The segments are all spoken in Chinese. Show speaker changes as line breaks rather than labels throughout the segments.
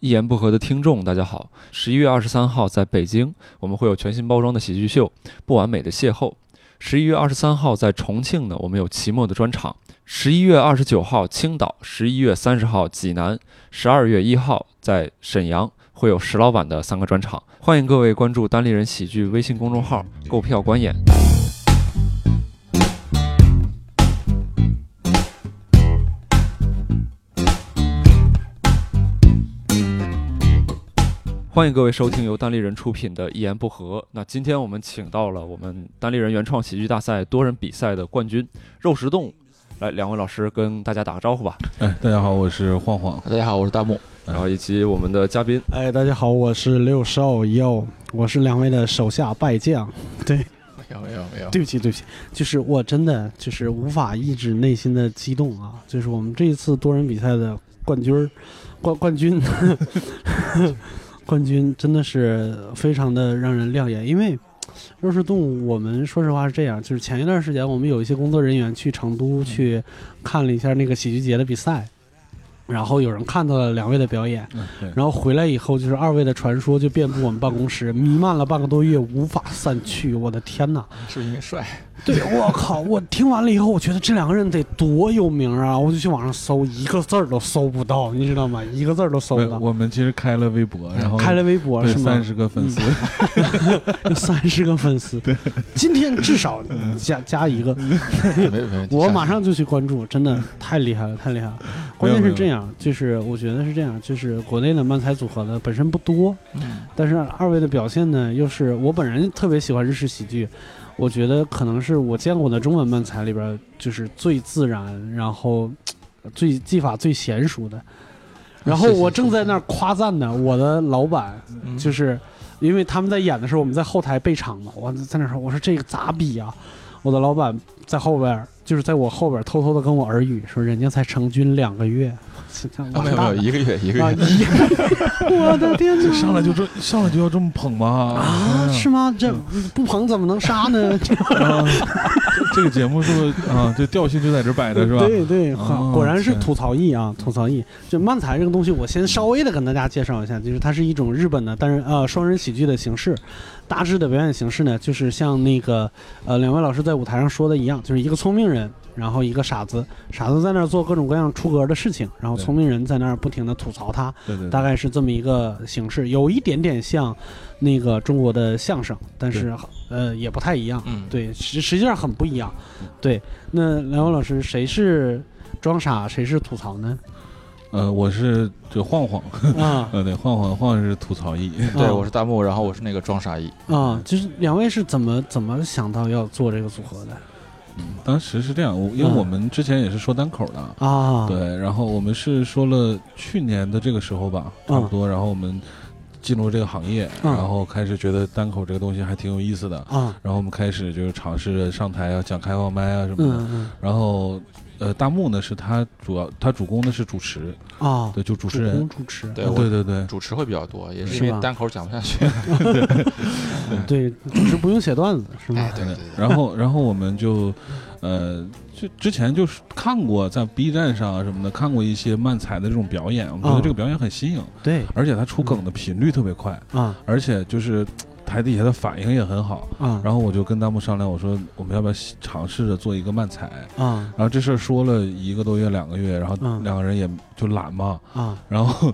一言不合的听众，大家好！十一月二十三号在北京，我们会有全新包装的喜剧秀《不完美的邂逅》。十一月二十三号在重庆呢，我们有期末的专场。十一月二十九号青岛，十一月三十号济南，十二月一号在沈阳会有石老板的三个专场。欢迎各位关注单立人喜剧微信公众号购票观演。欢迎各位收听由单立人出品的《一言不合》。那今天我们请到了我们单立人原创喜剧大赛多人比赛的冠军肉食动物，来，两位老师跟大家打个招呼吧。
哎，大家好，我是晃晃。
大家好，我是大木。
然后以及我们的嘉宾，
哎，大家好，我是六少幺，我是两位的手下败将。对，
没有没有没有，
对不起，对不起，就是我真的就是无法抑制内心的激动啊！就是我们这一次多人比赛的冠军儿，冠冠军， 冠军真的是非常的让人亮眼，因为。肉食动物，我们说实话是这样，就是前一段时间我们有一些工作人员去成都去看了一下那个喜剧节的比赛，然后有人看到了两位的表演，
嗯，对
然后回来以后，就是二位的传说就遍布我们办公室，弥漫了半个多月，无法散去。我的天哪！
是因为帅，
对我靠，我听完了以后，我觉得这两个人得多有名啊！我就去网上搜，一个字儿都搜不到，你知道吗？一个字儿都搜
没
不
有
到。
我们其实开了微博，然后
嗯开了微博
对
是吗嗯
三？十个粉丝，
有 三十个粉丝，今天至少加加一个，
没没问题。
我马上就去关注，真
嗯
的太厉害了，太厉害了！关键
没
是
有
这样，就是我觉得是这样，就是国内的漫才组合呢本身不多，
嗯
但是二位的表现呢，又是我本人特别喜欢日式喜剧，我觉得可能是我见过的中文漫才里边儿就是最自然，然后嘖最技法最娴熟的。然后
啊谢谢
我正在那儿夸赞呢，我的老板
嗯
就是，因为他们在演的时候，我们在后台备场嘛，我在那儿说，我说这个咋比啊？我的老板在后边儿，就是在我后边儿偷偷的跟我耳语，说人家才成军两个月，
啊没有没有一个月一个
啊，
月，
一 我的天哪！
上来就这上来就要这么捧吗？
啊，
嗯
是吗？这不捧怎么能杀呢？ 这
啊 这这个节目是不是啊？这调性就在这摆着是吧？
对对，
哦
果然是
天
吐槽艺啊，吐槽艺。就漫才这个东西，我先稍微的跟大家介绍一下，就是它是一种日本的，但是呃双人喜剧的形式。大致的表演形式呢，就是像那个呃两位老师在舞台上说的一样，就是一个聪明人，然后一个傻子，傻子在那儿做各种各样出格的事情，然后
对
聪明人在那儿不停的吐槽他，
对对，
大
概
概是这么一个形式，有一点点像那个中国的相声，但是呃也不太一样。
嗯，
对，实实际上很不一样。对，那梁文老师，谁是装傻，谁是吐槽 呢？
呃，我是就晃 晃，
啊
呃，对，晃晃晃是吐槽艺，
哦
对，我是大木，然后我是那个装傻一，
啊，就是两位是怎么怎么想到要做这个组合的
当时是这样，我因为
嗯
我们之前也是说单口的，
啊？
对，然后我们是说了去年的这个时候吧，差不多，然后我们进入这个行业，
嗯
然后开始觉得单口这个东西还挺有意思的，
啊，
然后我们开始就是尝试着上台啊，讲开放麦啊什么的。
嗯
然后，呃，大木呢是他主要他主攻的是主持，
嗯啊，
对，就主持
主攻
人，
主持，
对
啊
我
对对对，
主持会比较多，也是
是
因
吧
为单口讲不下去。
对主持不用写段子是
哎
吗？
对对对，
然后，然后我们就，呃，就之前就是看过在 B 站上啊什么的看过一些漫才的这种表演，我们觉得
嗯
这个表演很新颖，
对
而且他出梗的频率特别快，
啊
而且就是嘖台底下的反应也很好。
啊
然后我就跟弹幕商量，我说我们要不要尝试着做一个漫才？
啊
然后这事儿说了一个多月、两个月，然后
嗯
两个人也就懒嘛，
啊
然后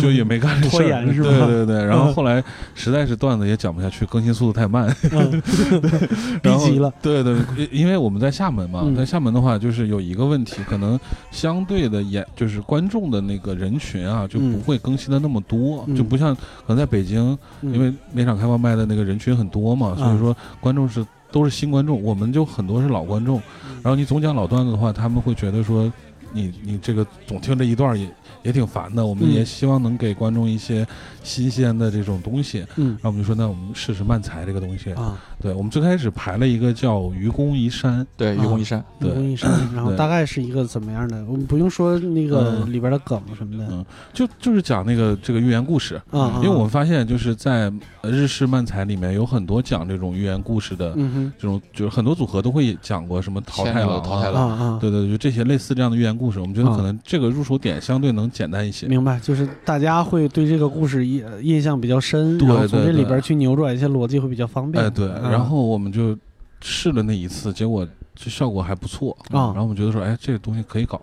就也没干这事儿
拖 延是吧
对对对。然后后来实在是段子也讲不下去，更新速度太慢，
嗯， 逼
然后
急了。
对对，因因为我们在厦门嘛，
嗯
在厦门的话，就是有一个问题，可能相对的演就是观众的那个人群啊，就
嗯
不会更新的那么多，
嗯
就不像可能在北京，
嗯啊
因为每场开放麦的那个人群很多嘛，所以说观众是都是新观众，我们就很多是老观众。
嗯
然后你总讲老段子的话，他们会觉得说你你这个总听这一段儿也也挺烦的。我们
嗯
也希望能给观众一些新鲜的这种东西。
嗯
然后我们就说，那我们试试漫才这个东西。
啊，
对，我们最开始排了一个叫《愚公移山》，
对
啊
愚公移 山，
愚
对
公移山，然后
对
大概是一个怎么样的？我们不用说那个
嗯
里边的梗什么的
嗯就就是讲那个这个寓言故事。
啊，
嗯因为我们发现，就是在呃日式漫才里面有很多讲这种寓言故事的
嗯
这种就是很多组合都会讲过什么淘
牵
汰
牛
狼、啊、
淘汰
哼
狼
啊啊
对对，对就这些类似这样的寓言故事，我们觉得
啊
可能这个入手点相对能简单一些。
明白，就是大家会对这个故事印呃印象比较深，
对
然后从
对
这
对
里边去扭转一些逻辑会比较方便。
哎，对，
啊
然后我们就试了那一次，结果这效果还不错
啊
然后我们觉得说，哎，这个东西可 以搞，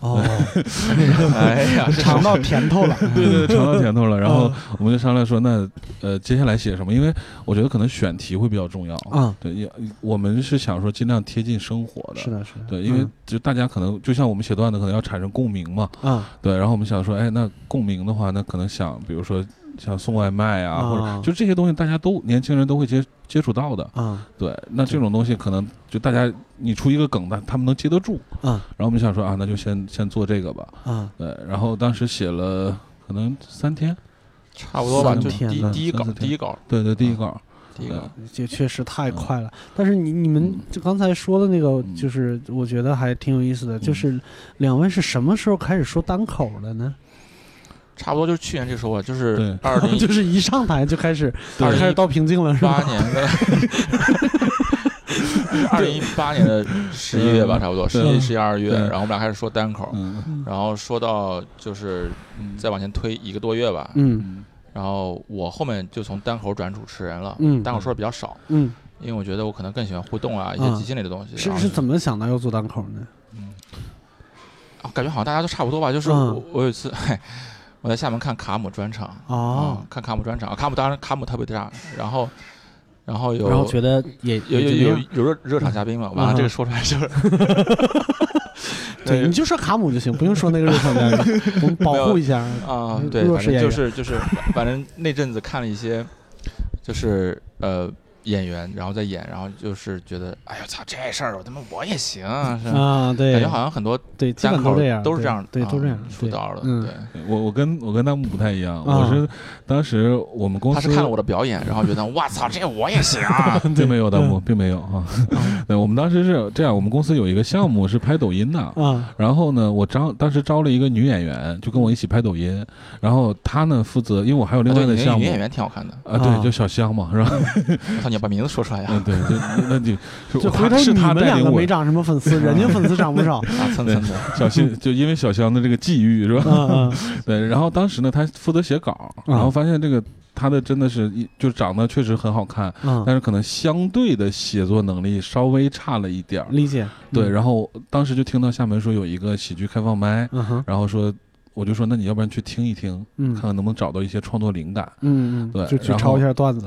哦，
哎呀，这
尝到甜头了。
对对，尝到甜头了。然后
嗯
我们就商量说，那呃，接下来写什么？因为我觉得可能选题会比较重要
嗯。
对，也我们是想说尽量贴近生活的。
是的，嗯是的，
对，因为就大家可能就像我们写段子，可能要产生共鸣嘛。
啊，
对，然后我们想说，哎，那共鸣的话，那可能想，比如说像送外卖啊，
啊
或者就这些东西，大家都年轻人都会接接触到的。
啊啊
对，那这种东西可能就大家你出一个梗，但他们能接得住。
啊
然后我们想说啊，那就先先做这个吧。
啊，
对，然后当时写了可能三天，
差不多吧，
三
就
天
第
呢
第一
三
稿
四，天
第一稿，
对对，第一
啊
稿，
第一稿
嗯，
也确实太快了。但是你你们就刚才说的那个，
嗯
就是我觉得还挺有意思的，就是两位是什么时候开始说单口的呢？
差不多就是去年这时候吧，就是
对
二零
就是一上台就开始
对
开始到瓶颈了，是吧
八？年 的，二零一八年的十一月吧，
嗯
差不多十
对
一、十一二月，
对
然后我们俩开始说单口，
嗯
然后说到就是
嗯，
再往前推一个多月吧，
嗯
嗯
然后我后面就从单口转主持人了，
嗯
单口说的比较少，
嗯，
因为我觉得我可能更喜欢互动啊，一
啊
些即兴类的东西。
是
然后
是怎么想到要做单口呢？
啊感觉好像大家都差不多吧，就是
嗯
我我有一次，嘿，我在厦门看卡姆专场，
哦
啊，，看卡姆专场，卡姆当然卡姆特别大，然后然后有
然后觉得也
有
也就
有
那
有
样
有热热场嘉宾嘛，完
啊
了这个说出来就是，
对，你就说卡姆就行，不用说那个热场嘉宾，我们保护一下。
啊
嗯，
对，
弱
反
势
正
演
就
员
是就是，反正那阵子看了一些，就是呃演员，然后再演，然后就是觉得，哎呦操，这事儿我他妈我也行啊，是吧
啊，对，
感觉好像很多
对，基
单
本都
口
这样，
都是
对
这样，
对，
啊
都这样
出。道的，
嗯
对。
我我跟我跟他们不太一样，
啊
我是当时我们公
他
司
是看了我的表演，然后觉 得哇操，这我也行啊！
并没有弹幕，并没有啊。 对，我们当时是这样，我们公司有一个项目是拍抖音的。
对啊，
然后呢，我招当时招了一个女演员，就跟我一起拍抖音。然后她呢负责，因为我还有另
啊
外
对，
的
你那
项
女
目
演员挺好看的，
啊，
啊
对，就小香嘛，是吧？
我操，你要把名字说出来呀！
嗯，对，就那就
就是回
她
头
是
你
她
们
带
两
领
个
我
没涨什么粉丝，人家粉丝涨不少。
啊，蹭蹭的，
小新就因为小香的这个际遇是 吧？
嗯
对，然后当时呢，他负责写稿，
啊
然后发现这个他的真的是一就长得确实很好看，
嗯
但
嗯，
是可能相对的写作能力稍微差了一点儿。
理解。
对，
嗯，
然后当时就听到厦门说有一个喜剧开放麦，
嗯哼，
然后说我就说那你要不然去听一听，
嗯
看看能不能找到一些创作灵感。
嗯嗯，
对
就去
然后
抄一下段子。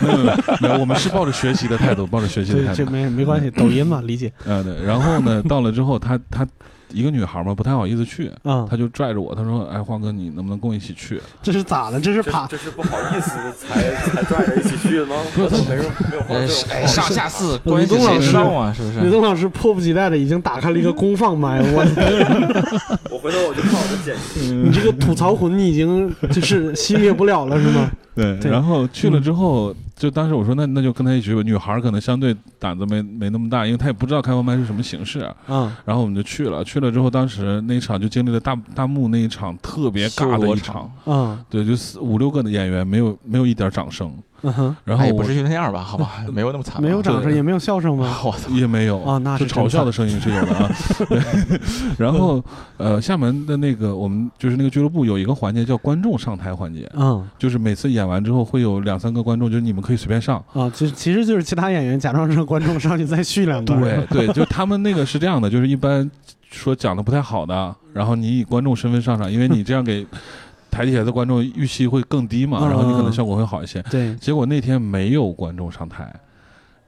没有没有没有，我们是抱着学习的态度，抱着学习的
对，
态
这
度。
没没关系，抖音嘛，理解。
嗯，对。然后呢，到了之后，他他一个女孩嘛，不太好意思去。
啊，
他就拽着我，他说：“哎，花哥，你能不能跟我一起去
这是咋了？这是
这
爬
这是不好意思才才拽着一起去的吗？我怎么没有没有放这
哎哎
种
上
话？
下四
东
关系
老
谁
师
知道啊？是不
吕
是？
东老师迫不及待的已经打开了一个公放麦，我
我回头我就看我的剪辑。
你这个吐槽魂，你已经就是熄灭不了了，是吗？？”
对
对嗯
然后去了之后，就当时我说：“那那就跟他一起去吧。”女孩可能相对胆子没没那么大，因为她也不知道开放麦是什么形式啊。
啊，
然后我们就去了，去了之后，当时那一场就经历了大大幕那一场特别尬的一场，
啊，
对，就四五六个的演员，没有没有一点掌声，
嗯哼，
然后
哎，
我
不至于那样吧？好吧，没有那么惨吧，
没有掌声，
啊对
也没有笑声吗？
啊。 我操！
也没有
啊那是
就嘲笑的声音是有的啊。 对然后呃，厦门的那个我们就是那个俱乐部有一个环节叫观众上台环节，
嗯
就是每次演完之后会有两三个观众，就是你们可以随便上。
啊，就其实就是其他演员假装是观众上去再续两段。
对 对，就他们那个是这样的，就是一般说讲的不太好的，然后你以观众身份上场，因为你这样给台底下的观众预期会更低嘛，
嗯
然后你可能效果会好一些。
对，
结果那天没有观众上台，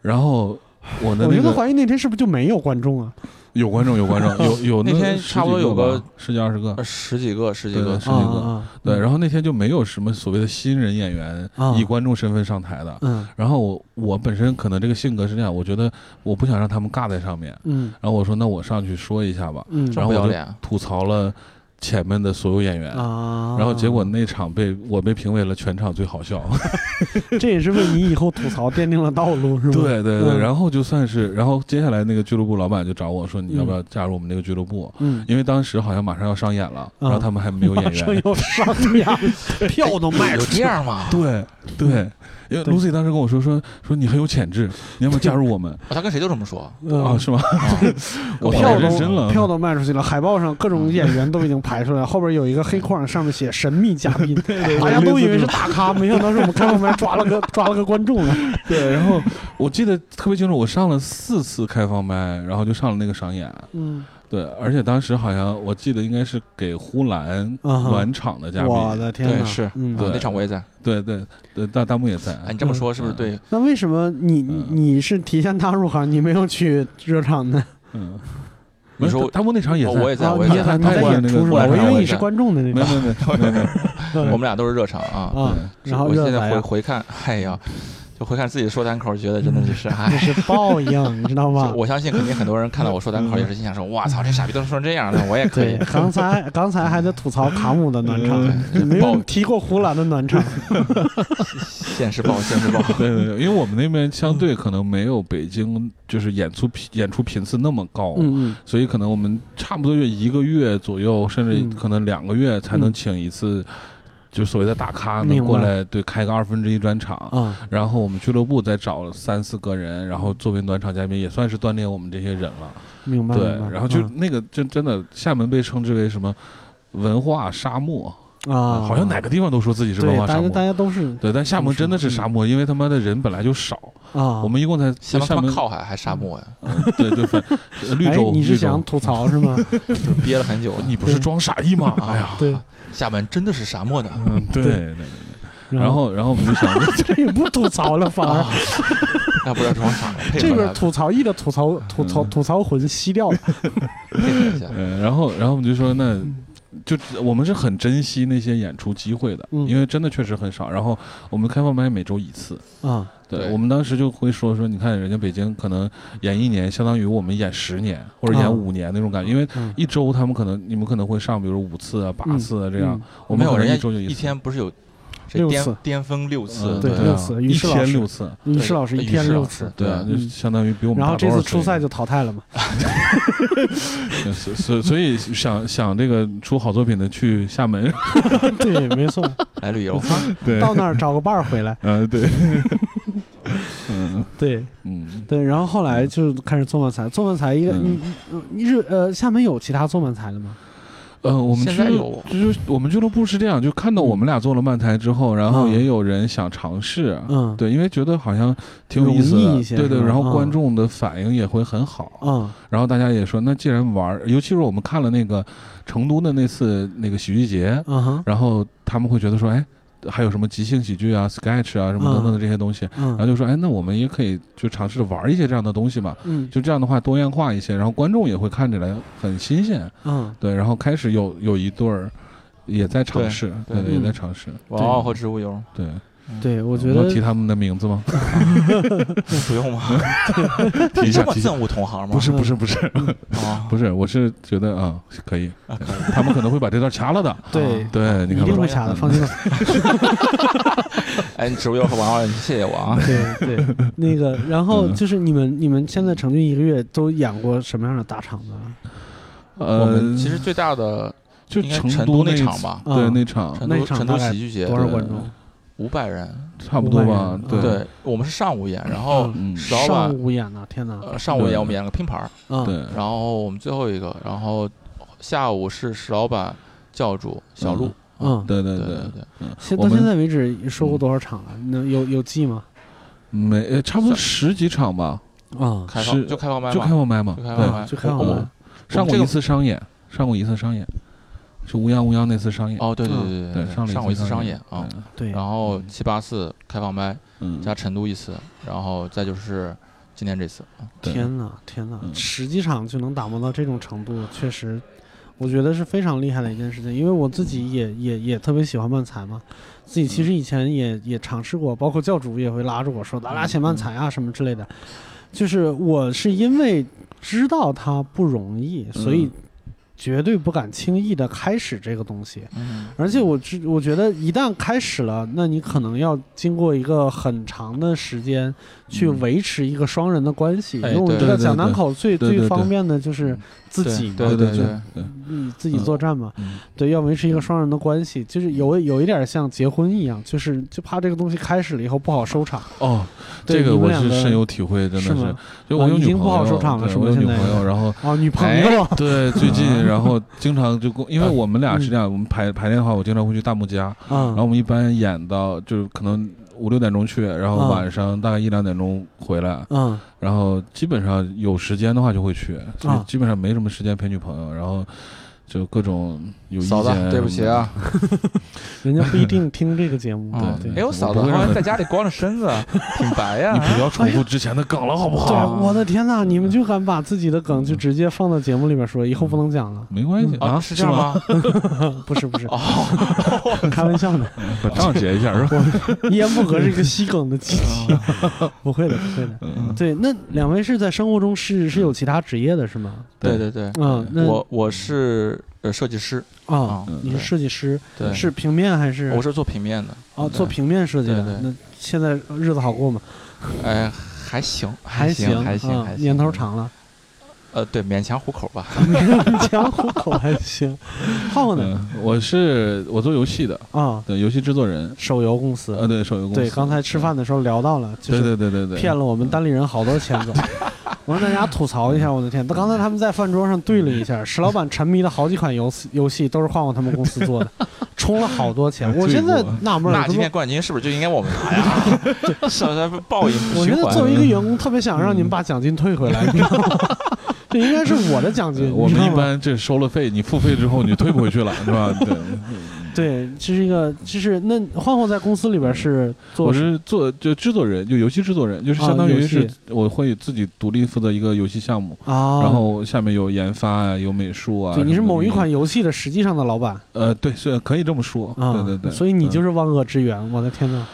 然后我
我
的那
原来
个
怀疑那天是不是就没有观众啊？
有观众有观众有有
那天
十
差不
几
多有
个
个
吧十几二十个
呃，
嗯
十几个，十几
对
个，
是这个
啊啊
对，然后那天就没有什么所谓的新人演员
啊
以观众身份上台的。
嗯
然后我我本身可能这个性格是这样，我觉得我不想让他们尬在上面，
嗯
然后我说那我上去说一下吧，
嗯
这么不要脸啊，
吐槽了前面的所有演员。
啊，
然后结果那场被我被评为了全场最好笑，
这也是为你以后吐槽奠定了道路，是吗？
对对对，
嗯
然后就算是，然后接下来那个俱乐部老板就找我说你要不
嗯
要加入我们这个俱乐部，
嗯，
因为当时好像马上要上演了，
啊
然后他们还没有 演
马上
员，
要上 演，票都卖
有
出
这
去了，
样吗？
对对，因
对
为 Lucy 当时跟我说说说你很有潜质，你要不要加入我们
哦他跟谁都这么说。
啊？
嗯，
是吗？ 我
票
太认真
都
了，嗯
票都卖出去了，海报上各种演员都已经排出来，后边有一个黑框，上面写神秘嘉 宾，大家都以为是大咖，没想到是我们开放麦抓了 个抓了个观众啊，
对，然后我记得特别清楚，我上了四次开放麦，然后就上了那个商演，
嗯，
对，而且当时好像我记得应该是给呼兰
啊哈
暖场的嘉宾，
我的天
对
哪，
是
嗯，
对
啊那场我也在。
对对对，大大木也在，
哎，你这么说是不是对？
那为什么你
嗯
你是提前他入行，你没有去热场呢？
嗯，
你
没
说
有，他他们那场也
哦
在，
我也在，
啊
我也
你
在。
在
在
你在
他
演
那
出
个
是吧？
我也
我
在
以为
我
你
也
是
在
观众的那
没
个
没 没没没，
我们俩都是热场啊。
啊，然后
我
热
现在
来
回
了。
回看，哎呀，就回看自己说单口，觉得真的就是
这
哎。
是报应，你知道吗？
我相信肯定很多人看到我说单口也是心想说：“哇操，这傻逼都说成这样了，我也可
对
以。，
刚才刚才还在吐槽卡姆的暖场，
嗯
没有提过呼兰的暖场。”
现实报，现实 报。
对对对，因为我们那边相对可能没有北京就是演出频演出频次那么高，
嗯
所以可能我们差不多就一个月左右，甚
嗯
至可能两个月才能
嗯
请一次，就所谓的大咖
明
能
白
过来对开个二分之一专场。
嗯啊，
然后我们俱乐部再找了三四个人，然后作为暖场嘉宾，也算是锻炼我们这些人了。
明白
对
明白。，
然后就
嗯
那个真真的，厦门被称之为什么文化沙漠
啊，
好像哪个地方都说自己是文
对，
化
大
沙
家大
漠。
家都是
对，但厦门真的是沙漠，因为他妈的人本来就少，
啊。
我们一共才
厦
在
门
厦
他妈
门
靠海还沙漠呀，
对对反呃绿
哎
洲，
你是
绿洲
想吐槽是 吗？
就是憋了很久了。
你不是装傻逼 吗？哎呀，
对，
厦门真的是沙漠呢，
嗯，对对。对然后，啊然后我们就想，
这也不吐槽了，反
啊
而
那不知道装啥了。配合
这边
他
吐槽一的吐槽吐槽吐槽魂吸掉了。
配合一下，
嗯，然后，然后我们就说，那就我们是很珍惜那些演出机会的，
嗯
因为真的确实很少。然后我们开放麦每周一次，
啊
对
对
我们当时就会说说，你看人家北京可能演一年，相当于我们演十年或者
啊
演五年那种感觉，因为
嗯
一周他们可能你们可能会上，比如五次啊、八
嗯
次啊这样，我
没
们
有
可能
人
一周
家
就一
一
次
天不是有这
六
巅
次
巅峰六次
嗯，
对
啊
六次于
一
是老
天
师
六次，
于是老师一天六次，
对啊，
嗯
就相当于比我们
然后
大
这
多少
次
岁
初赛就淘汰了 嘛。
对 所所所以想想这个出好作品的去 厦门，
对，没 错，啊
来旅游。
对，
到那儿找个伴儿回来。
呃对，嗯
对。
嗯，
对，然后后来就开始做漫才，做漫才一个，
嗯
你你你是呃，厦门有其他做漫才的吗？
呃，我们
现在
俱
有
就是我们俱乐部是这样，就看到我们俩做了漫才之后，然后
嗯
也有人想尝试，
嗯，，
对，因为觉得好像挺有意思
容易
的
一，些
对对，
是吧
然后观
嗯
众的反应也会很好，
嗯
然后大家也说，那既然玩儿，尤其是我们看了那个成都的那次那个喜剧节，
嗯哼，
然后他们会觉得说，哎，还有什么即兴喜剧啊、sketch 啊什么等等的这些东西，然后
嗯
就说，哎，那我们也可以就尝试着玩一些这样的东西嘛。
嗯
就这样的话，多样化一些，然后观众也会看起来很新鲜，
嗯，
对。然后开始有有一对儿也在尝试，
对
嗯
对，也在尝试，
王傲和植物油
对。
对，嗯我觉
能
得
提他们的名字吗？
不用吗？
提一下
这，么
提一下。
憎恶同行吗？
不是不是 不是
啊，
不是，我是觉得啊，可以，他们可能会把这段掐 了的。
对，
对，你
啊一
看
定
吧
会，掐的，放心吧。
哎，植物油和王傲，谢谢我啊。
对对，那个，然后
嗯
就是你们你们现在成军一个月都演过什么样的大场子啊？
我
呃，
们其实最大的
就
应该
成
成都那
那
场
次
吧嗯
啊
对，那场
成
那
都
场
成都
大概
喜剧节
多少
对
观众？
五百人，
差不多
500
吧
人，
对
对我们是上午演，然后
嗯
石老
上
板
午演呢，天哪！
呃上午演
对嗯
我们演了个拼盘儿，
啊，
对，
然后我们最后一个，然后下午是石老板、教主、小鹿，
嗯，
对对
对
啊对，
对，
现
我
到
们
现在为止说过多少场了？能有有记吗？
没呃差不多十几场吧，
啊嗯
开
是
放就开放麦
就
嘛
开，放麦嘛，
就开放
对，
麦，
就开
我
放
我
麦
嗯上过
这个
一次商演，上过一次商演，是乌泱乌泱那次商演，
哦，对对对对
嗯对，上了
上过一次
次
商
商
演啊，，
对，
然后七八次开放麦
嗯，
加成都一次，然后再就是今天这次，啊
对
天呐，天呐，
嗯
十几场就能打磨到这种程度，确实，我觉得是非常厉害的一件事情。因为我自己也
嗯
也也特别喜欢漫才嘛，自己其实以前也也尝试过，包括教主也会拉着我说，咱
嗯
俩写漫才啊什么之类的。
嗯
就是我是因为知道它不容易，所以绝对不敢轻易的开始这个东西。
嗯
而且我知我觉得一旦开始了，那你可能要经过一个很长的时间去
嗯
维持一个双人的关系，
哎
因为我
对
知道
对
讲
对
单口最
对
最
对对
方便的就是自己嘛，
对
对
对
对对，
你自己
嗯
作战嘛，
嗯
对，要维持一个双人的关系，就是有有一点像结婚一样，就是就怕这个东西开始了以后不好收场，
哦，
对你
这个
们
我
两
是
个
深有体会，真的
是
是
吗。？
就我
啊
有
已
女
经不
朋
好收
友，
场了
对
是吗
我有女
现在
朋友，然后
哦，女 朋
哎
友啊，
对最近，然后经常就跟，因为
嗯
我们俩是这样，我们排排练的话，我经常会去大木家， 然后
嗯
我们一般演到就是可能五六点钟去，然后
嗯
晚上大概一两点钟回来，
嗯
然后基本上有时间的话就会去，所以
啊
基本上没什么时间陪女朋友，然后就各种有意
嫂
见什么
子，
的。
对不起啊，
人家不一定听这个节目，
嗯
对
哎呦，
我
嫂子，好
不会让
像
他
在家里光着身子，啊挺白呀
哎
你。不要重复之前的梗了，好不
对
好？，
我的天呐，
嗯
你们就敢把自己的梗就直接放到节目里边说，以后不能讲了？
没关系
啊，
啊，
是这样？吗？
不是不
哦
是， 开玩笑呢，
把账结一下是吧？
一言不合是一个吸梗的机器， 不会的，不会的。
嗯
对，那两位是在生活中是是有其他职业的是吗？
对对对，
嗯，那
嗯呃我我是呃设计师，
啊
嗯，
你是设计师，
对，
是平面还是
我是做平面的。
哦
对
做平面设计的？
对对
那现在日子好过吗？
哎，还行，
行，
行，还
啊
还行，
年头。长了，
呃，对，勉强糊口吧。
勉强糊口还 行。浩呢？
嗯，我是我做游戏
嗯
的，
啊，
对，游戏制作人，
手游公司
呃，，对，手游公司。
对，刚才吃饭的时候聊到了，就
对，
是
对对对对对，
骗了我们单立人好多钱 总。我让大家吐槽一下，我的天！他刚才他们在饭桌上对了一下，石老板沉迷的好几款游戏游戏都是晃晃他们公司做的，充了好多 钱。我
对
现在
我
纳闷
那
儿，
今
怎么
天冠军是不是就应该我们拿呀？ 是不是报应不
我
循
觉得
环
作为
嗯
一个员工，特别想让你们把奖金退回来，你知道吗？ 这应该是我的奖金。
呃我
你知
们
道
一
吗
般这收了费，你付费之后你就退不回去了，是吧？对，
对，这是一个，就是那晃晃在公司里边是做
我是做就制作人，就游戏制作人，就是
啊
相当
游
于
戏
是我会自己独立负责一个游戏项目，
啊，
然后下面有研发啊，有美术啊。
对你是
什么的
某一款游戏的实际上的老板
呃，对，是可以这么说，
啊，
对对对。
所以你就是是万恶之源。我的天呐，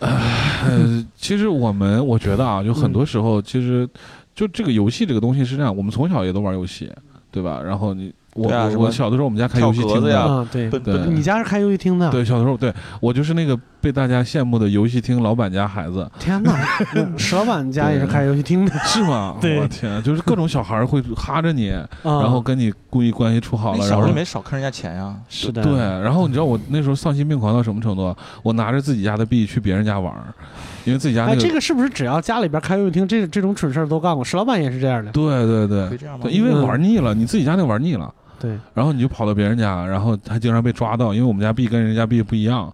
呃，其实我们我觉得啊，有很多
嗯
时候其实就这个游戏这个东西是这样，我们从小也都玩游戏，对吧？然后你我
对啊什
我
么
我小的时候我们家开游戏
跳格
厅
子
的
呀。
啊，对，
奔
对
奔
你家是开游戏厅的，啊
对，小的时候，对我就是那个被大家羡慕的游戏厅老板家孩子，
天呐， 那石老板家也是开游戏厅的，
是吗？
对啊
我天，就是各种小孩儿会哈着你，然
然
后跟你故意关系处好
你
了，然
小时
后
候没少坑人家钱呀。
是的，
对，然后你知道我那时候丧心病狂到什么程度啊？我拿着自己家的币去别人家玩儿，因为自己家那
哎，
个，
这个是不是只要家里边开游戏厅，这这种蠢事儿都干过？石老板也是这样的，
对对
可以
对
这样吗
对，？因为
嗯
玩腻了，你自己家那玩腻了，
对，
然后你就跑到别人家，然后还经常被抓到，因为我们家币跟人家币不一样，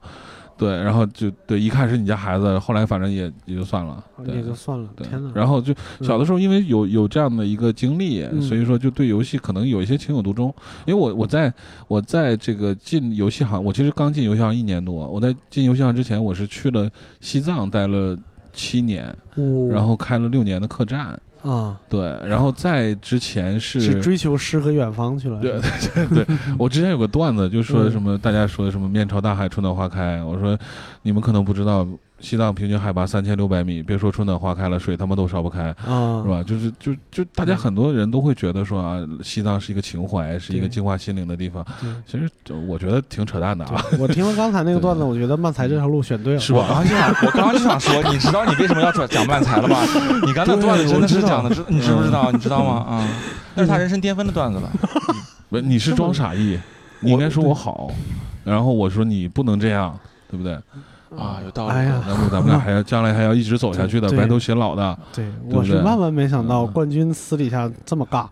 对，然后就对，一看是你家孩子，后来反正也也就算了，对
哦也就算了。
对
天呐，，
然后就小的时候，因为有有这样的一个经历，
嗯
所以说就对游戏可能有一些情有独钟。因为我我在我在这个进游戏行，我其实刚进游戏行一年多。我在进游戏行之前，我是去了西藏待了七年，
哦
然后开了六年的客栈。
啊，
对，然后在之前是
是追求诗和远方去了。
对 对对，我之前有个段子，就说
嗯
什么大家说什么“面朝大海，春暖花开”，我说你们可能不知道，西藏平均海拔三千六百米，别说春暖花开了，水他妈都烧不开。
啊
是，吧？就是就就大家很多人都会觉得说啊，西藏是一个情怀，是一个
对
净化心灵的地方。
对
其实就我觉得挺扯淡的啊，
我听了刚才那个段子，
对
我觉得漫才这条路选对了。
是吧？
我刚就想，我刚刚就想说，你知道你为什么要转讲漫才了吗？你刚才段子真的是讲的，知你知不知道？你知道吗？啊，
嗯
那是他人生巅峰的段子了。
不是，你是装傻意，你应该说
对
我好，然后我说你不能这样，对不对？
啊，有道理。
哎呀，
然后咱们俩还 要将来还要一直走下去的，
对
白头偕老的。
对，
对
我
不
是
对
万万没想到
嗯
冠军私底下这么 尬，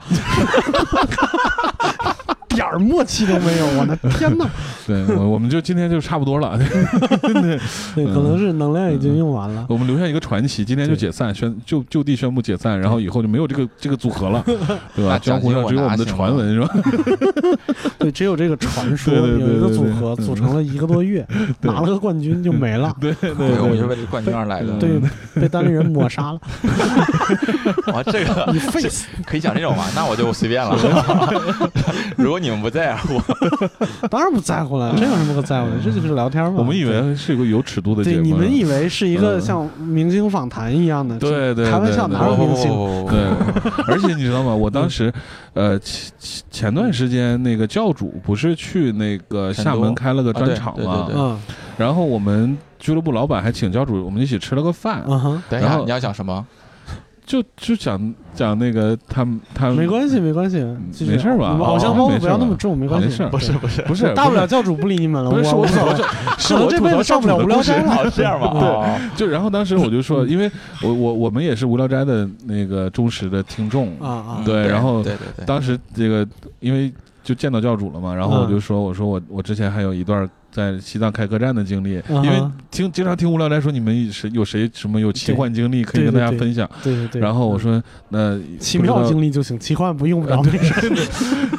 点儿默契都没有，我的天呐，
对，我我们就今天就差不多 了，
对，可能是能量已
嗯
经用完了。
我们留下一个传奇，今天就
对
解散，宣就就地宣布解散，然后以后就没有这个这个组 合了，对吧？
那奖
江湖
金
上只有
我
我们
拿
的
行
传
吗
闻是吧？
对，只有这个传说
对对对
有一个
对
组
对
合组成了一个多月，拿了个冠军就没了，
对对
对，我们
对
是为了冠军而来的。
对，被单立人抹杀了。
啊，这个
你 face
可以讲这种吗？那我就随便了。如果你们不在乎，
当然不在乎了，这有什么可在乎的？这就是聊天嘛。
我们以为是一个有尺度的
对
节
对
目，
你们以为是一个
嗯
像明星访谈一样的，
对对
开玩
对
笑
对
哪有
我
明星
哦
对， 而且你知道吗？我当时，
嗯
呃，前前前段时间那个教主不是去那个
成
厦
都
门开了个
啊
专
对
场
对对
嘛
对，
嗯
然后我们俱乐部老板还请教主，我们一起吃了个饭，
嗯哼，
等一下
然后
你要讲什么？
就就讲讲那个他们他们
没关系没关系，就是
没事吧
你们偶像包袱
没事
不要那么
吧
重，没关系，
没事
对
不是
不是，
不是
大不了教主不理你们了，
不是是
我
我
无
吐
所
槽
谓
这，
可
是
能
我
这
吐
辈
槽
子上
教
不
主
了
的
无聊
故事
斋了。
这样吧，
对
哦
就然后当时我就
嗯
说，因为我我我们也是无聊斋的那个忠实的听众
啊啊
嗯
对然后
对对对，
当时这个因为就见到教主了嘛，然后我就
嗯
说，我说我我之前还有一段在西藏开客栈的经历，
嗯哼
因为听经常听无聊斋说你们谁有谁什么有奇幻经历可以跟大家分享，
对对对。
然后我说那
奇妙
历，
经历就行，奇幻不用不着那个。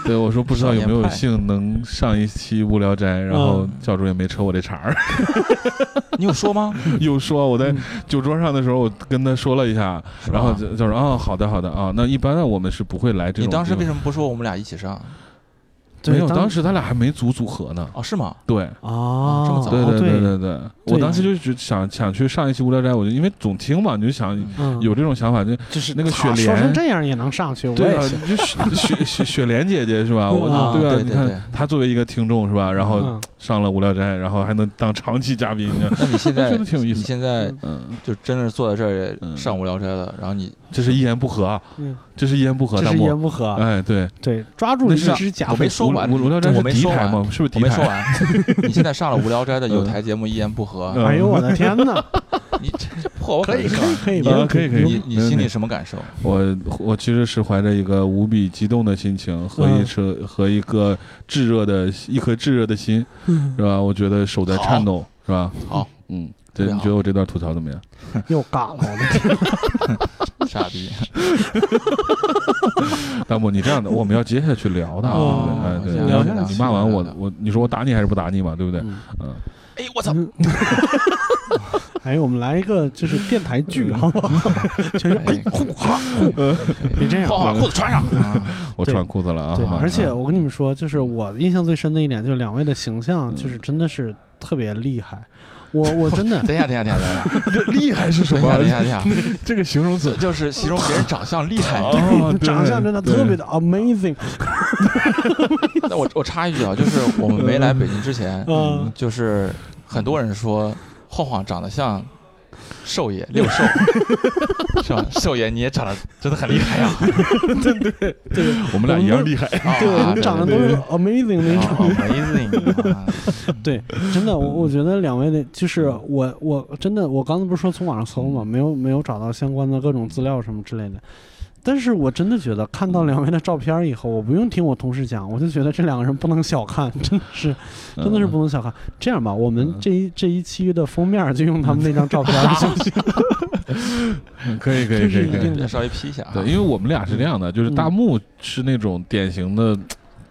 对我说不知道有
少
没
年
有
派
幸能上一期无聊斋，然
嗯
后教主也没扯我这茬儿，
你有说吗？
又说我在
嗯
酒桌上的时候我跟他说了一下，
是吧
然后就就说啊好的好的啊，那一般呢我们是不会来这
你
种地方，
当时为什么不说我们俩一起上？
没有？当
时
时他俩还没组组合呢，
哦，是吗？
对。
啊，
这么早
对
哦
对
对
对对对，我当时就觉想想去上一期《无聊斋》，我就因为总听嘛，你就想
嗯，
有这种想法，就
就是
那个
操
雪
说成
莲
这样也能上去，我
对
也
啊，
行。
就雪雪雪雪莲姐姐是吧？我
啊
对啊，
对对
你
对
看她作为一个听众是吧？然后
嗯
上了《无聊斋》，然后还能当长期嘉宾，你 看
那你 现在
真的挺有意
你
思的。
现在
嗯
嗯，
就真的坐在这儿
嗯
上无聊斋了，然后你
这是一言不合啊，
嗯，
这是一言不合，
这
大
是一
漠。
言不合。
哎，对，
对，抓住
那
一
是
只假
我没
粉。
说
无
完，
无无聊斋
我
是
没
敌
说
台
完，
吗？是不是
我
敌
没说
台？
完，你现在上了无聊斋的有台节目一言不合，
嗯
哎呦我的天 哪！哎
你 这这破我
可以可以可以
吧
你
啊可以可以
你你心
没问
里
题
什么感受？
我我其实是怀着一个无比激动的心情和一
嗯
颗和一个炙热的一颗炙热的心，
嗯
是吧？我觉得手在颤抖，是吧？
好，
嗯，
特
对，
别
你
好
觉得我这段吐槽怎么样？
又尬了，我的天！
傻逼，
大漠，你这样的，我们要接下去聊的啊，
哦
对不对哎，对，
聊
你
下
你
去
骂完我
聊，
我你说我打你还是不打你嘛，对不对？
嗯
嗯，
哎，我操，
哎，我们来一个就是电台剧，好不好？ 全是哎呼哈呼， 别这样。
换换裤子穿上。
我
对
穿裤子了啊
对，，
马上
而 且我跟你们说，就是我印象最深的一点，就是两位的形象，就是
嗯
真的是特别厉害。我我真 的
等一下，等一下，等一下，
厉害是什
等一
么
下，？等一下，等一下，
这个形容
这
词
就是形容哎别人长相厉害。
哦，对
长相真的
对
特别的 amazing，
那我我插一句啊，就是我们没来北京之前，
嗯，
就是很多人说晃晃长得像寿爷六寿，是吧？寿爷你也长得真的很厉害啊呀！
我们俩一样厉害。
啊
对，我们长得都是 amazing 那
啊
种。
amazing，
对，真的，我我觉得两位的，就是我我真的，我刚才不是说从网上搜
嗯
嘛，没有没有找到相关的各种资料什么之类的。但是我真的觉得看
嗯
到两位的照片儿以后，我不用听我同事讲，我就觉得这两个人不能小看，真的是，
嗯
真的是不能小看。这样吧，我们这一这一期的封面儿就用他们那张照片儿行 不行，
嗯，可以可
这
以可
是
以
一
可以。
定
别
的。
稍微 P 一下啊。
对，因为我们俩是这样的，就是大木是那种典型的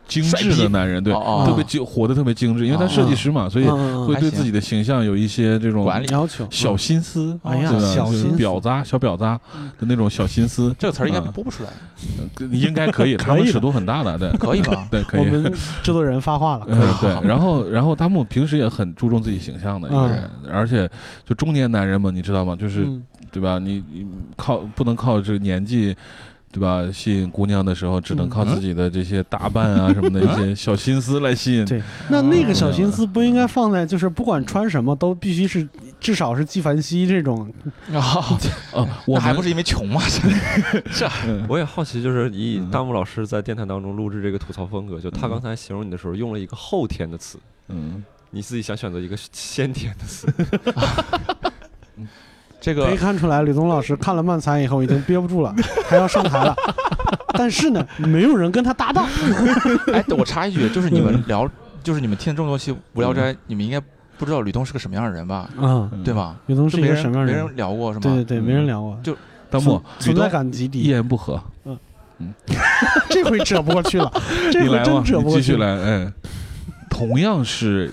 精致的男人，对，
哦
特别精，活得特别精致，因为他设计师嘛，所以
嗯
会
嗯
对自己的形象有一些这种
管理
要求
小心思，啊
哎呀
对吧
小心思
就是婊砸小婊砸的那种小心思，
这个词儿应该播不出来，
嗯应该可以，他们
可以的
尺度很大的，对，
可以吧？
对，可
我
以。
们制作人发话了，
嗯，对，然后，然后大木平时也很注重自己形象的一个人，呃而且就中年男人嘛，你知道吗？就是
嗯
对吧？你你靠不能靠这个年纪，对吧？吸引姑娘的时候，
嗯
只能靠自己的这些打扮啊什么的一些小心思来吸引。
对，那那个小心思不应该放在就是不管穿什么都必须是至少是纪梵希这种
啊，
哦，我
那还
们嗯
不是因为穷吗？ 这
我也好奇，就是以大木老师在电台当中录制这个吐槽风格，就他刚才形容你的时候用了一个后天的词，
嗯，
你自己想选择一个先天的词，
这
可以
个
看出来，吕东老师看了漫才以后已经憋不住了，还要上台了。但是呢，没有人跟他搭档。
哎，我插一句，就是你们聊，就是你们听这么多期《无聊斋》，你们应该不知道吕东是个什么样的人吧？
啊，
嗯
对？吧？
吕东
是
是一
没
个
人
什么样的
没
人？
人聊过是吗？
对对对，没人聊过，
就
大木
存
吕
在
东
感极
一
低。
言不合，
这回扯不过去了，这
你
回
来
真
吧，
扯不
你
过
继
去
续
了。
来，哎，同样是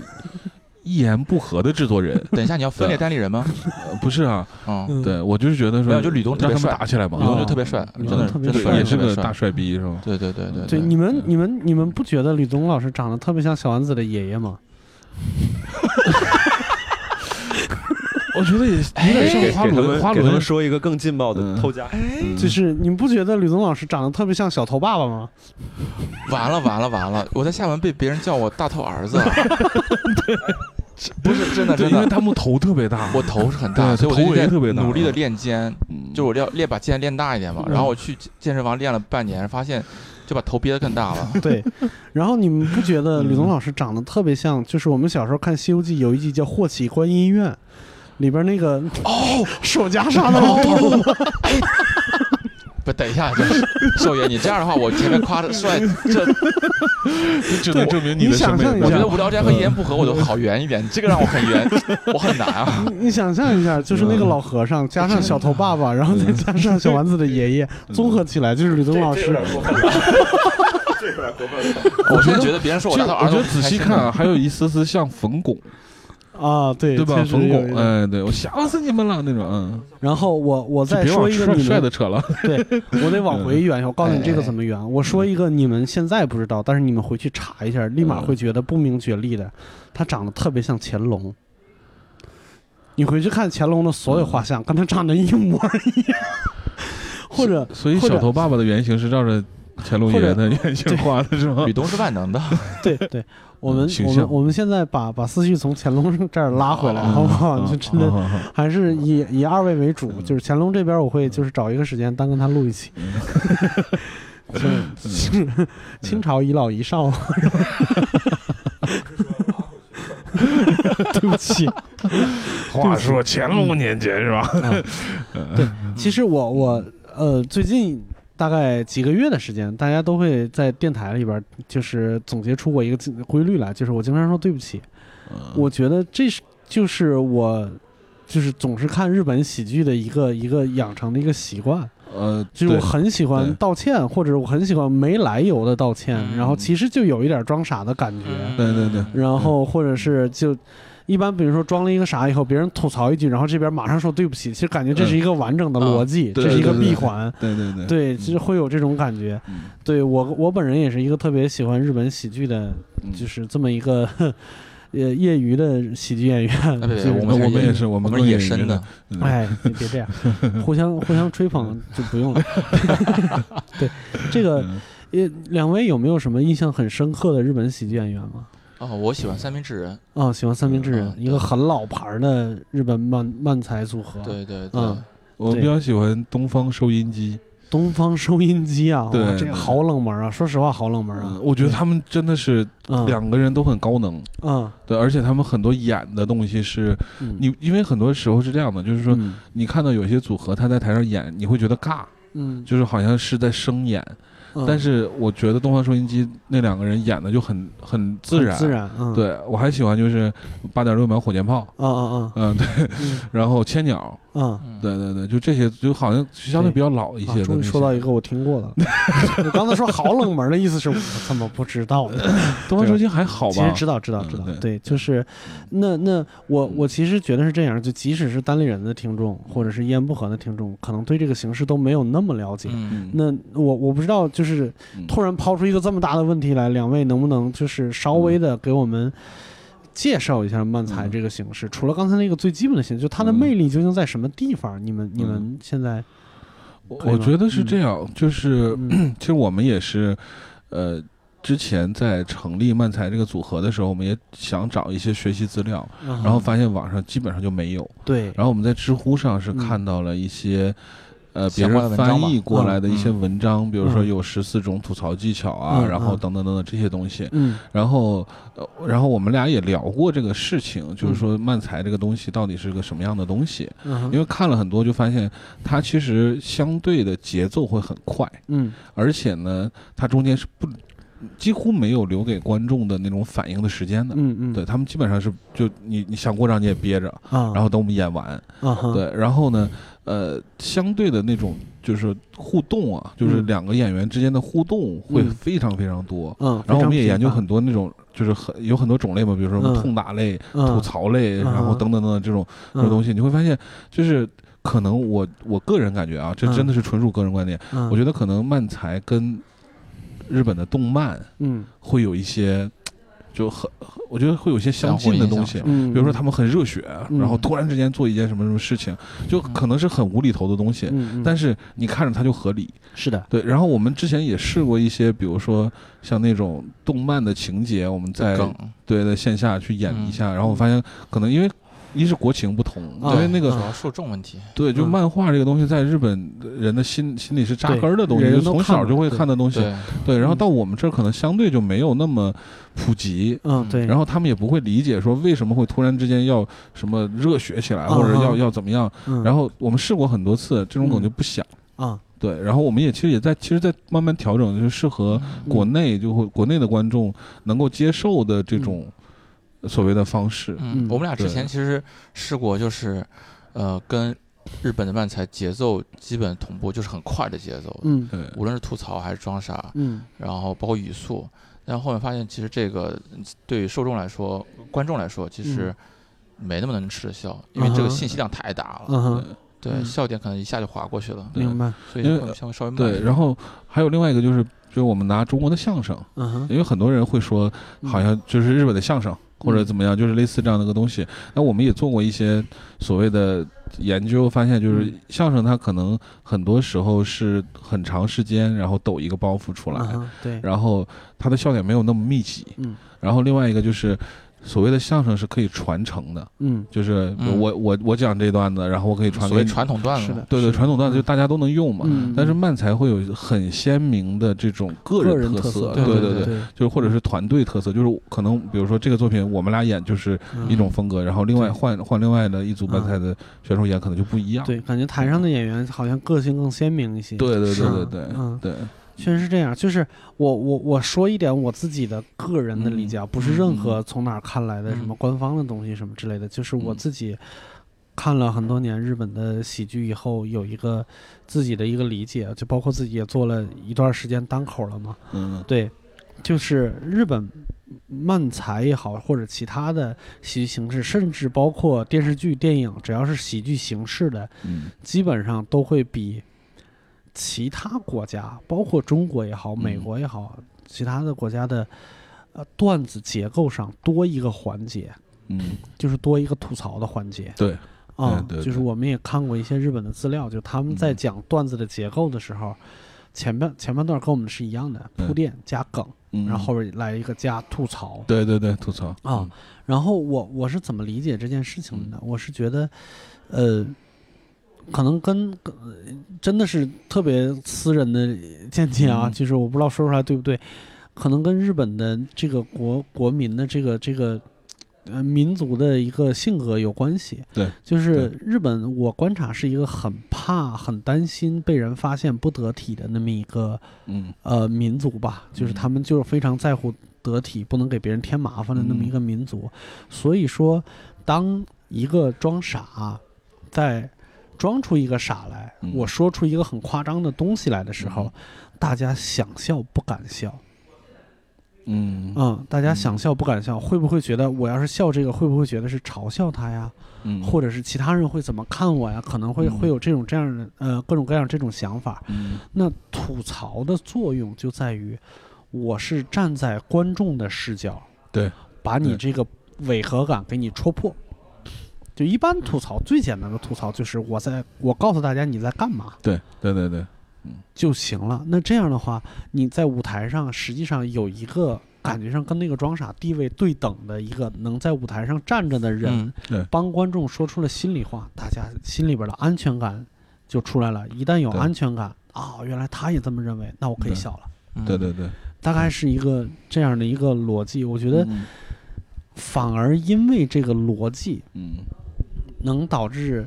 一言不合的制作人，
等一下你要分裂单立人吗？
呃不是啊？
嗯，
嗯
对，我就是觉得
没有
说，
就吕东特
让
别
他们
帅
打起来
吕东
嘛
就
啊，
特别帅，
吕
真
东
的
特别
真的
帅
也是
特别
个
帅
大嗯帅逼是 吗？
对对对对
对，你们你们你们不觉得吕东老师长得特别像小丸子的爷爷吗？
我觉得也
哎
有点像花
给他们
轮，花
给他
轮
们说一个更劲爆的
嗯
偷家，
嗯
就是你们不觉得吕东老师长得特别像小头爸爸吗？
完了完了完了！我在厦门被别人叫我大头儿子，这不是真的
对，
真
因为
的，
他们头特别大，
我头是很大，所
对
以我
头
就一直在
围特别大
努力的练肩，
嗯
就我要练把肩练大一点嘛。
嗯
然后我去健身房练了半年，发现就把头憋得更大了。
对，然后你们不觉得
嗯
吕东老师长得特别像？就是我们小时候看《西游记》有一集叫《霍启观音院》，里边那 个哦，手袈裟的老 头儿，
不，等一下，这少爷，你这样的话，我前面夸的帅，这
只能证明你的
你
审
想
美
象一
不
我
下
一
觉
样嗯
得无聊斋和一言不合，我都好圆一点，这个让我很圆，我很难啊。
你你想象一下，就是那个
嗯
老和尚加上小头爸爸，然后再加上小丸子的爷爷，
嗯
综合起来就是吕东老
这这有点
师。
过分了，这有点过分了。
我现在觉得别人说我
其实
大头儿
我
子，
觉得仔细看啊，还有一丝丝像冯巩，
啊， 对，
对吧？
确实
冯
有一
巩，
点。
哎，对我想死你们了那种，嗯，
然后我我
就
再
别
说
往
一个
帅
你
帅
们
的扯了，
我得往回圆，我告诉
嗯
你这个
哎
怎么圆。我说一个你们现在不知道，但是你们回去查一下，立
嗯
马会觉得不明觉厉的。他长得特别像乾隆，你回去看乾隆的所有
嗯
画像，跟他长得一模一样。或者
所以
或者
小头爸爸的原型是照着乾隆爷爷的原型画的是吗
吕？东是万能的，
对对，我们
嗯形
我
象哦
们我们现在把把思绪从乾隆这儿拉回来，好不好？就真的
好好好
还是以
嗯
以二位为主，就是乾隆这边我会就是找一个时间单跟他录一
嗯
期，就是清朝遗老遗少， 对不起。
话说乾隆年间是吧？
嗯
嗯
其实我我呃最近大概几个月的时间，大家都会在电台里边儿就是总结出我一个规律来，就是我经常说对不起，我觉得这是就是我就是总是看日本喜剧的一个一个养成的一个习惯，
呃，
就是我
对
很喜欢
对
道歉，或者我很喜欢没来由的道歉，
嗯
然后其实就有一点装傻的感觉，
嗯对对对
然后或者是就。一般比如说装了一个啥以后，别人吐槽一句，然后这边马上说对不起，其实感觉这是一个完整的
嗯
逻辑，
对
这是一个
对对
闭
对
环，
对对对
对，就是会有这种感觉。
嗯
对我我本人也是一个特别喜欢日本喜剧的，
嗯
就是这么一个呃业余的喜剧演员。
哎别别
就是
我
那
们
啊我们也是，
我
我们
们
更
野
有
生
名
的，，
嗯
哎，你别这样，互相互相吹捧就不用了。 对，这个
嗯
呃，两位有没有什么印象很深刻的日本喜剧演员吗？
哦，我喜欢三明治人，
啊
哦，喜欢三明治人
嗯，
一个很老牌儿的日本漫漫才组合，
对对对，
嗯
我比较喜欢东方收音机，
东方收音机啊，哇
对
这
对
个好冷门啊，说实话好冷门啊
嗯，我觉得他们真的是
嗯
两个人都很高能，
嗯
对，而且他们很多演的东西是
嗯
你，因为很多时候是这样的，就是说
嗯
你看到有些组合他在台上演，你会觉得尬，
嗯，
就是好像是在生演，
嗯
但是我觉得东方收音机那两个人演的就很很自然，
很自然，嗯，
对我还喜欢就是八点六秒火箭炮，
啊啊
嗯，对，
啊，嗯
然后千鸟，
嗯。
嗯
对对对，就这些就好像相对比较老一些
啊
的那些。
终于说到一个我听过的， 我刚才说好冷门的意思是我怎么不知道 呢？
东
啊
方收音机还啊好
其实
吧？
知道知道
嗯
知道
对，嗯
对，就是那那我我其实觉得是这样，就即使是单立人的听众或者是一言不合的听众，可能对这个形式都没有那么了解。
嗯，
嗯，
那我我不知道，就是
嗯
突然抛出一个这么大的问题来，两位能不能就是稍微的给我们介绍一下漫才
嗯
这个形式？除了刚才那个最基本的形式，就它的魅力究竟在什么地方？你们你
嗯
们现在
我
可以
我
吗
觉得是这样，就是
嗯
其实我们也是，呃，之前在成立漫才这个组合的时候，我们也想找一些学习资料，然
然
后发现网上基本上就没有。
嗯对，
然后我们在知乎上是
嗯
看到了一些。呃，别
相关的
人
文章
翻
吧
译过来的一些
嗯
文章，比如说
嗯
有十四种吐槽技巧啊，
嗯
然后
嗯
等等等等这些东西。
嗯
然后，呃，然后我们俩也聊过这个事情，就是说漫才这个东西到底是个什么样的东西？
嗯
因为看了很多，就发现它其实相对的节奏会很快，
嗯
而且呢，它中间是不几乎没有留给观众的那种反应的时间的。
嗯嗯，
对他们基本上是就你你想过场你也憋着，
啊，
然后等我们演完，
啊哈，
对，然后呢，呃，相对的那种就是互动啊，就是
嗯
两个演员之间的互动会
嗯
非常非常多。
嗯，
然后我们也研究很
多
多那种，就是很有很多种类嘛，比如说什么
嗯
痛打类、吐槽类，
嗯
然后等等等等这种这种东西，你会发现，就是可能我我个人感觉啊，这
嗯
真的是纯属个人观点，
西，我
我觉得可能漫才跟日本的动漫
嗯
会有一些，就很我觉得会有一些相近的东西
相
啊
互影响是吧。
嗯，
比如说他们很热血，
嗯
然后突然之间做一件什么什么事情，就可能是很无厘头的东西，
嗯，嗯，
但是你看着它就合理。
是的，
对，然后我们之前也试过一些，比如说像那种动漫的情节，我们在
梗，
对在线下去演一下，然后我发现可能因为一是国情不同，
啊
因为嗯那
主
个
要受众问题，
对，就
嗯
漫画这个东西，在日本人的心心里是扎
对
根儿的东西，
人
就
都
从
看
小
嘛
就会
对
看的东西。
对，
对，然后
嗯
到我们这儿可能相对就没有那么普及，
嗯对，
然后他们也不会理解说为什么会突然之间要什么热血起来，
啊
或者要
啊
要怎么样。
后
然后我们试过很多次，这种梗
嗯
就不响。
啊，
对，然后我们也其实也在，其实，在慢慢调整，就是适合
嗯
国内就会国内的观众能够接受的这种所谓的方式。
嗯
嗯，
我们俩之
对
前其实试过，就是呃，跟日本的漫才节奏基本同步，就是很快的节奏，
嗯
对，
无论是吐槽还是装傻，
嗯
然后包括语速，但后面发现其实这个嗯对于受众来说、观众来说，其
嗯
实没那么能吃得消，因为这
嗯
个
哼
信息量太大了，
嗯哼，
对，
嗯
笑点可能一下就划过去了，
对
明白，
所以
因为
会稍微稍微慢一
对，
点。
然后还有另外一个就是，就是我们拿中国的相声，
嗯哼，嗯
因为很多人会说，好像就是日本的相声或者怎么样，就是类似这样的一个东西。那我们也做过一些所谓的研究，发现就是
嗯
相声它可能很多时候是很长时间，然后抖一个包袱出来，
嗯哼对，
然后它的笑点没有那么密集。
嗯
然后另外一个就是。所谓的相声是可以传承的，
嗯
就是
嗯
我、我我讲这段子，然后我可以传
所谓
给
传统段
是
子
的
嘛，
对对传统段子，
嗯
就大家都能用嘛。
嗯，
但是漫才会有很鲜明的这种个
个
人
人
特色，
对
对
对
对，就是或者是团队特色，就是可能比如说这个作品我们俩演就是
嗯
一种风格，然后另外
对
换换另外的一组
嗯
班赛的选手演可能就不一样。
对，感觉台上的演员好像个性更鲜明一些。
对对
是
对对
啊
对
嗯
对
确实是这样。就是我我我说一点我自己的个人的理解，啊，不是任何从哪儿看来的什么官方的东西什么之类的，就是我自己。看了很多年日本的喜剧以后，有一个自己的一个理解，啊就包括自己也做了一段时间单口了嘛。
嗯
对，就是日本漫才也好，或者其他的喜剧形式，甚至包括电视剧、电影，只要是喜剧形式的，
嗯
基本上都会比其他国家，包括中国也好、
嗯
美国也好，其他的国家的呃段子结构上多一个环节，
嗯，
就是多一个吐槽的环节。
对，
啊、
对对
就是
对
我们也看过一些日本的资料，就他们在
嗯
讲段子的结构的时候，前半前半段跟我们是一样的，
对
铺垫加梗，
嗯
然后后边来一个加吐槽。
对对对吐槽
啊，然后我我是怎么理解这件事情的
嗯
呢？我是觉得，呃，可能跟、呃真的是特别私人的见解啊，
嗯
就是我不知道说出来对不对，可能跟日本的这个国国民的这个这个。呃，民族的一个性格有关系，
对，
就是日本，我观察是一个很怕、很担心被人发现不得体的那么一个
嗯
呃民族吧，就是
嗯
他们就是非常在乎得体，不能给别人添麻烦的那么一
嗯
个民族。所以说，当一个装傻，在装出一个傻来，
嗯
我说出一个很夸张的东西来的时候，大家想笑不敢笑。
嗯
嗯，大家
嗯
想笑不敢笑，会不会觉得我要是笑这个，会不会觉得是嘲笑他呀？
嗯
或者是其他人会怎么看我呀？可能会
嗯
会有这种这样的呃各种各样这种想法。
嗯
那吐槽的作用就在于，我是站在观众的视角，
对，
把你
对
这个违和感给你戳破。就一般吐槽最简单的吐槽就是我在我告诉大家你在干嘛
对对对对
就行了。那这样的话，你在舞台上实际上有一个感觉上跟那个装傻地位对等的一个能在舞台上站着的人，
嗯
帮观众说出了心里话，大家心里边的安全感就出来了。一旦有
对
安全感啊、原来他也这么认为，那我可以
对
笑了。
嗯
对对对，
大概是一个这样的一个逻辑，我觉得
嗯
反而因为这个逻辑
嗯
能导致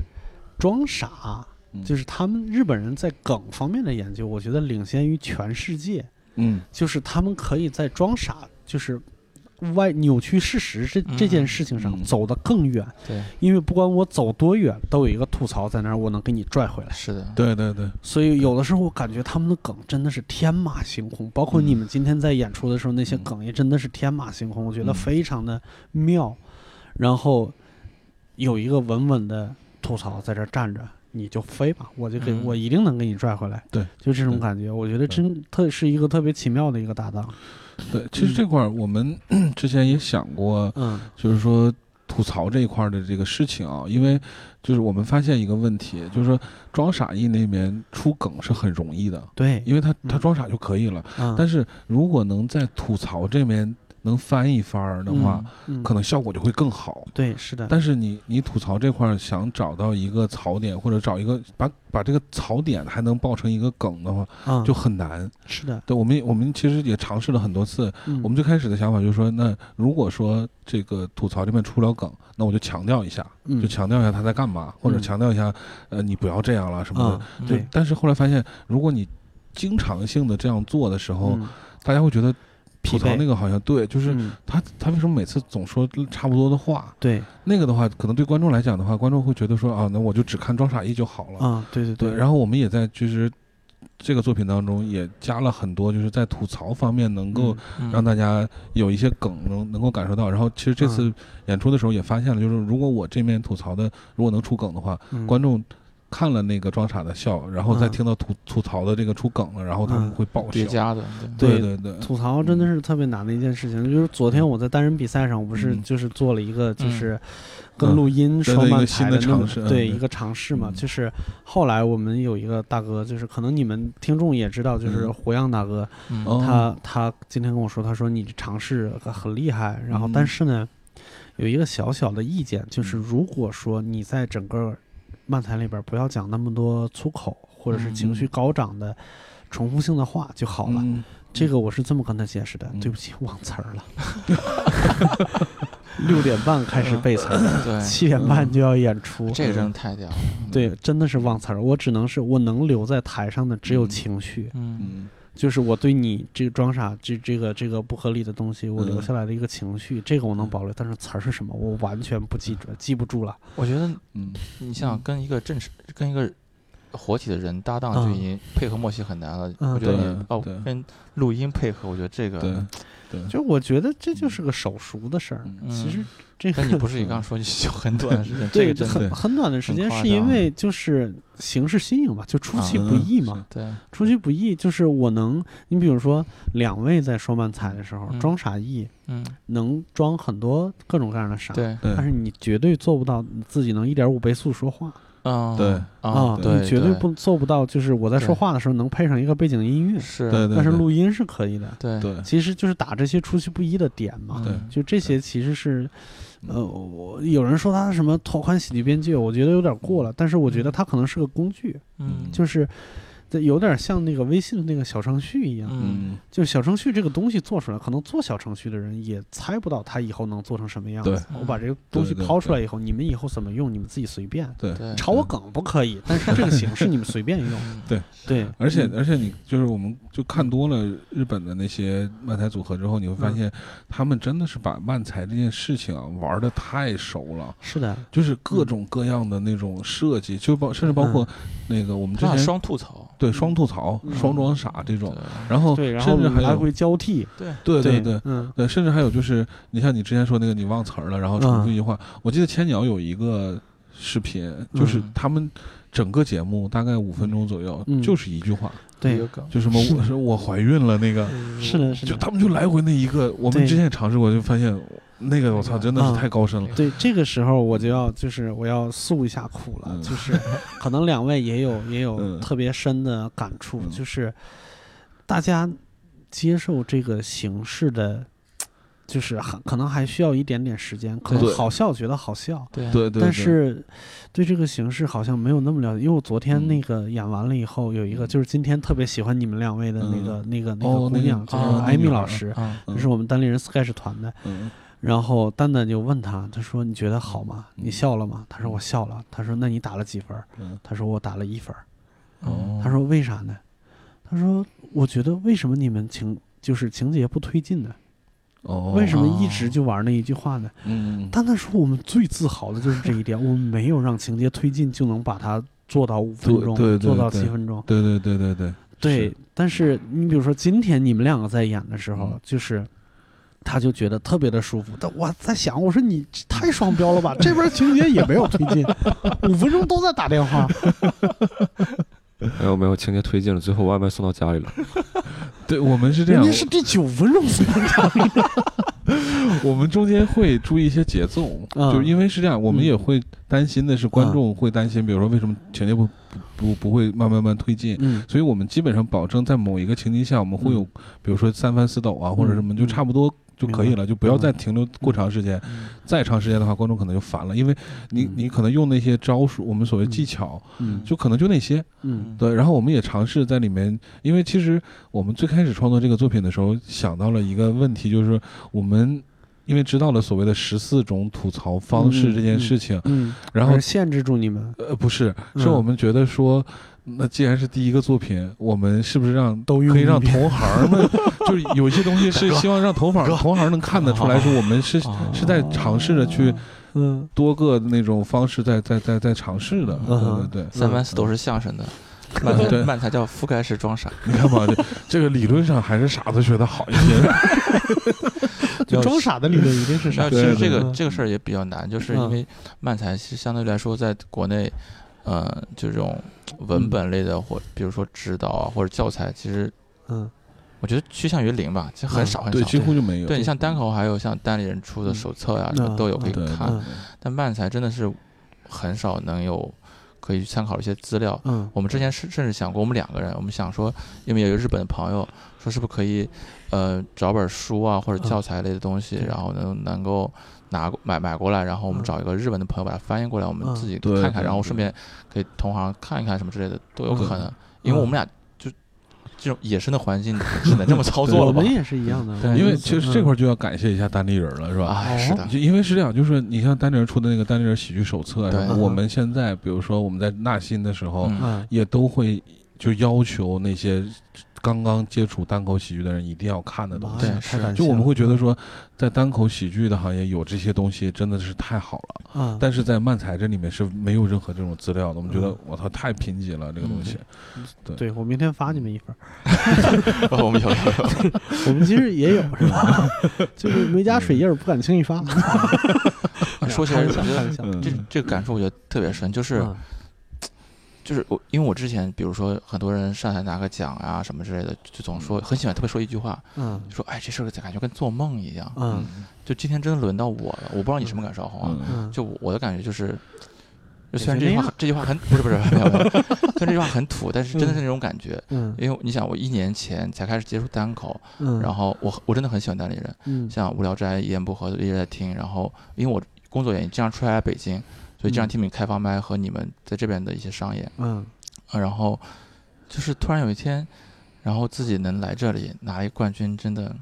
装傻，
嗯
就是他们日本人在梗方面的研究，我觉得领先于全世界。
嗯
就是他们可以在装傻，就是歪扭曲事实这这件事情上
嗯
走得更远，
对，
因为不管我走多远，都有一个吐槽在那儿，我能给你拽回来。
是的，
对对对，
所以有的时候我感觉他们的梗真的是天马行空，包括你们今天在演出的时候那些梗也真的是天马行空，我觉得
嗯
非常的妙。然后有一个稳稳的吐槽在这儿站着，你就飞吧，我就给、
嗯
我一定能给你拽回来。
对，
就这种
对
感觉，我觉得真特是一个特别奇妙的一个搭档。
对，其实这块儿我们 之前也想过，
嗯
就是说吐槽这一块儿的这个事情啊，因为就是我们发现一个问题，就是说装傻艺那边出梗是很容易的，
对，
因为他他
嗯
装傻就可以了。
嗯、
但是如果能在吐槽这边能翻一番儿的话，
嗯
可能效果就会更好。
对是的，
但是你你吐槽这块儿想找到一个槽点，或者找一个把把这个槽点还能爆成一个梗的话，
嗯
就很难。
是的，
对我们我们其实也尝试了很多次，
嗯
我们最开始的想法就是说，那如果说这个吐槽这边出不了梗，那我就强调一下，
嗯
就强调一下他在干嘛，或者
嗯
强调一下，呃，你不要这样了什么
啊
的。
嗯
就
对
但是后来发现，如果你经常性的这样做的时候，
嗯
大家会觉得吐
疲
槽
惫
那个好像对，就是
嗯
他他为什么每次总说差不多的话？
对
那个的话，可能对观众来讲的话，观众会觉得说啊，那我就只看装傻一就好了。
啊对对
对，然后我们也在就是这个作品当中也加了很多，就是在吐槽方面能够
嗯
让大家有一些梗能能够感受到。然后其实这
嗯
次演出的时候也发现了，就是如果我这面吐槽的如果能出梗的话，
嗯
观众。看了那个装傻的笑，然后再
嗯
听到吐吐槽的这个出梗了，然后他们
嗯
会爆
叠
笑。
加的，对
对
对
对对，
吐槽真的是特别难的一件事情，就是昨天我在单人比赛上，我不是
嗯
就是做了一个就是
嗯
跟录音
对
双
对一
慢
个
台
新的
那么
尝试嗯对
对一个尝试嘛
嗯，
就是后来我们有一个大哥，就是可能你们听众也知道，就是
嗯
胡杨大哥，
嗯
哦
他他今天跟我说，他说你这尝试很厉害，然后
嗯
但是呢，有一个小小的意见，就是如果说你在整个漫才里边不要讲那么多粗口或者是情绪高涨的重复性的话就好了。
嗯
这个我是这么跟他解释的，
嗯
对不起，忘词儿了。 六点半开
嗯
始背词儿，
对，
七点半就要演出。
这个真的太屌了，嗯
对，
嗯
真的是忘词儿。我只能是我能留在台上的只有
嗯
情绪，
嗯
嗯
就是我对你这个装傻这这个这个不合理的东西，我
嗯
留下来的一个情绪，这个我能保留。但是词儿是什么，我完全不记住，记不住了。
我觉得
嗯，
你想
嗯
跟一个正式跟一个活体的人搭档
嗯
就已经配合默契很难了，
嗯
我觉得
对
你哦
对
跟录音配合，我觉得这
对
啊
个
对，
就是我觉得这就是个手熟的事儿。
嗯
其实
嗯
这个
跟你不是一 刚说就就很短的时间，这
对
个真的
很很短的时间，
很夸
是因
张啊嗯
为就是形式新颖吧，就出其不意嘛。
对，
出其不意就是我能，你比如说两位在说漫才的时候、
嗯
装傻意，
嗯，
能装很多各种各样的傻，
对，
对
但是你绝对做不到自己能一点五倍速说话
嗯，
对
啊，
你绝对不做不到，就是我在说话的时候能配上一个背景音乐，
是，
对对，
但是
对
录音是可以的。
对
对
其实就是打这些出其不意的点嘛，
对嗯
嗯
就这些其实是，呃，我有人说他什么拓宽喜剧边界，我觉得有点过了，但是我觉
嗯
得他可能是个工具，
嗯，
就是。有点像那个微信那个小程序一样，
嗯
嗯
就小程序这个东西做出来，可能做小程序的人也猜不到它以后能做成什么样子。
对
我把这个东西
对对
抛出来以后，你们以后怎么用，你们自己随便。
对
对，
炒我梗不可以，但是这个形式你们随便 用。嗯
嗯
对，
而且而且你就是我们就看多了日本的那些漫才组合之后，你会发现他们真的是把漫才这件事情啊玩的太熟了，
是的，
就是各种各样的那种设计，就包甚至包括那个我们之
他俩
前
双吐槽，
对双吐槽、
嗯
双装傻这种
对，
然后
对，然后
哦甚至还
来
有
回交替。
对，
对对对
对，。嗯
对，甚至还有就是，你像你之前说那个，你忘词儿了，然后重复一句话。我记得千鸟有一个视频，就是
嗯
他们整个节目大概五分钟左右，
嗯
就是一句话，
一个
对，
梗，
就什么我是我怀孕了那个，
是的，是
就
的。
他们就来回那一个，我们
对
之前也尝试过，就发现那个我操，真的是
啊
太高深了。
对，这个时候我就要就是我要诉一下苦了，
嗯
就是可能两位也有也有
嗯
特别深的感触，
嗯
就是大家接受这个形式的，就是很可能还需要一点点时间，可能
对
好笑觉得好笑。
对
对对，
但
对
是对这个形式好像没有那么了解，因为我昨
嗯
天那个演完了以后，有一个就是今天特别喜欢你们两位的那个、那个那个
哦
姑
那个
娘，就
啊
是艾米
那个
老师，
啊，
嗯
就是我们单立人 sketch 团的，
嗯
然后蛋蛋就问他，他说：“你觉得好吗？
嗯
你笑了吗？”他说：“我笑了。”他说：“那你打了几分儿
嗯？”
嗯他说：“我打了一分儿。”
哦，
他说：“为啥呢？”他说：“我觉得为什么你们情就是情节不推进呢？
哦，
为什么一直就玩那一句话呢？”
嗯？嗯，
但那时候我们最自豪的就是这一点，我们没有让情节推进就能把它做到五分钟，
对对对
做到
对
七分钟。
对对对对对，
对，
是
但是你比如说今天你们两个在演的时候，
嗯
就是他就觉得特别的舒服。但我在想，我说你这太双标了吧？这边情节也没有推 进，五分钟都在打电话。
没有没有，情节推进了，最后外卖送到家里 了。
对我们是这
人
样
家，是第九分钟才
我们中间会注意一些节奏，
嗯
就是因为是这样，我们
嗯
也会担心的是观众会担心，比如说为什么情节不不不不会慢慢慢推进。
嗯
所以我们基本上保证在某一个情境下，我们会有，比如说三番四抖啊，或者什么，就差不多就可
嗯
以
明
了，就不要再停留过长时间。再长时间的话，观众可能就烦了，因为你
嗯
你可能用那些招数，我们所谓技巧，
嗯
就可能就那些。
嗯
对，然后我们也尝试在里面，因为其实我们最开始创作这个作品的时候，想到了一个问题，就是我们因为知道了所谓的十四种吐槽方式这件事情，
嗯，
然后
而限制住你们
呃不是，
嗯
是我们觉得说。那既然是第一个作品，我们是不是让
都用
可以让
一遍
同行们， 就是有些东西是希望让同行同行能看得出
哦
来，说我们是
嗯
是在尝试着去
嗯
多个那种方式在在在在尝试的，
嗯哼
对对对。
三番四都是相声的，慢才
对
慢才叫覆盖式装傻，
你看吧，这这个理论上还是傻子学的好一些。
就装傻的理论一定是
然
傻
后
的。
其实这
对对
个这个事儿也比较难，就是因
嗯
为漫才是相对来说在国内，呃，这种文本类的或比如说指导啊或者教材，其实
嗯
我觉得趋向于零吧，其实很少很
对，
少。
几乎就没有。
嗯对你像单口，还有像单立人出的手册呀、
嗯
什么都有可
对
以
对对
看，但漫才真的是很少能有可以参考一些资料。
嗯
我们之前是甚至想过，我们两个人，我们想说，因为有一个日本的朋友说，是不是可以，呃，找本书啊或者
嗯
教材类的东西，
对
然后能能够拿过买买过来，然后我们
嗯
找一个日本的朋友把它翻译过来，我们
嗯
自己
对
看看，
对
然后
对
顺便可以同行看一看什么之类的都有
嗯
对
可能，因为我们俩就这种野生的环境只能这么操作
我
了吧
们？也是嗯一样的，
对
因为其实这块儿就要感谢一下单立人了，是
哦
吧？
哎，是的
就，因为是这样，就是你像单立人出的那个《单立人喜剧手册》啊，
对
什么我们现在比如说我们在纳新的时候，
嗯，
嗯
也都会就要求那些刚刚接触单口喜剧的人一定要看的东
妈
西。
呀
对嗯
太
是
感谢
就我们
了
会觉得说，在单口喜剧的行业有这些东西真的是太好了。
啊，
但是在漫才这里面是没有任何这种资料的，我们觉得
嗯
我操太贫瘠了这个东西。
对我明天发你们一份儿。
我们有有有，
我们其实也有，是吧？就是没加水印儿，不敢轻易 发。
说起来我觉得
开玩笑
嗯，
这这个感受我觉得特别深，就是。
嗯
就是我，因为我之前，比如说很多人上台拿个奖啊什么之类的，就总说很喜欢，特别说一句话，
嗯
就说哎，这事儿感觉跟做梦一样。
嗯
就今天真的轮到我了，我不知道你什么感受，红啊。
嗯
嗯，
就我我的感觉就是，就虽然这
也就
句
那
话
样
这句话很不是不是没有没有，虽然这句话很土，但是真的是那种感觉。
嗯
因为你想，我一年前才开始接触单口，
嗯，
然后我我真的很喜欢单立人，
嗯
像无聊斋一言不合一直在听，然后因为我工作原因经常出来北京，所以经常
嗯
听你们开放麦和你们在这边的一些商演。
嗯
啊，然后就是突然有一天，然后自己能来这里拿一冠军，真的，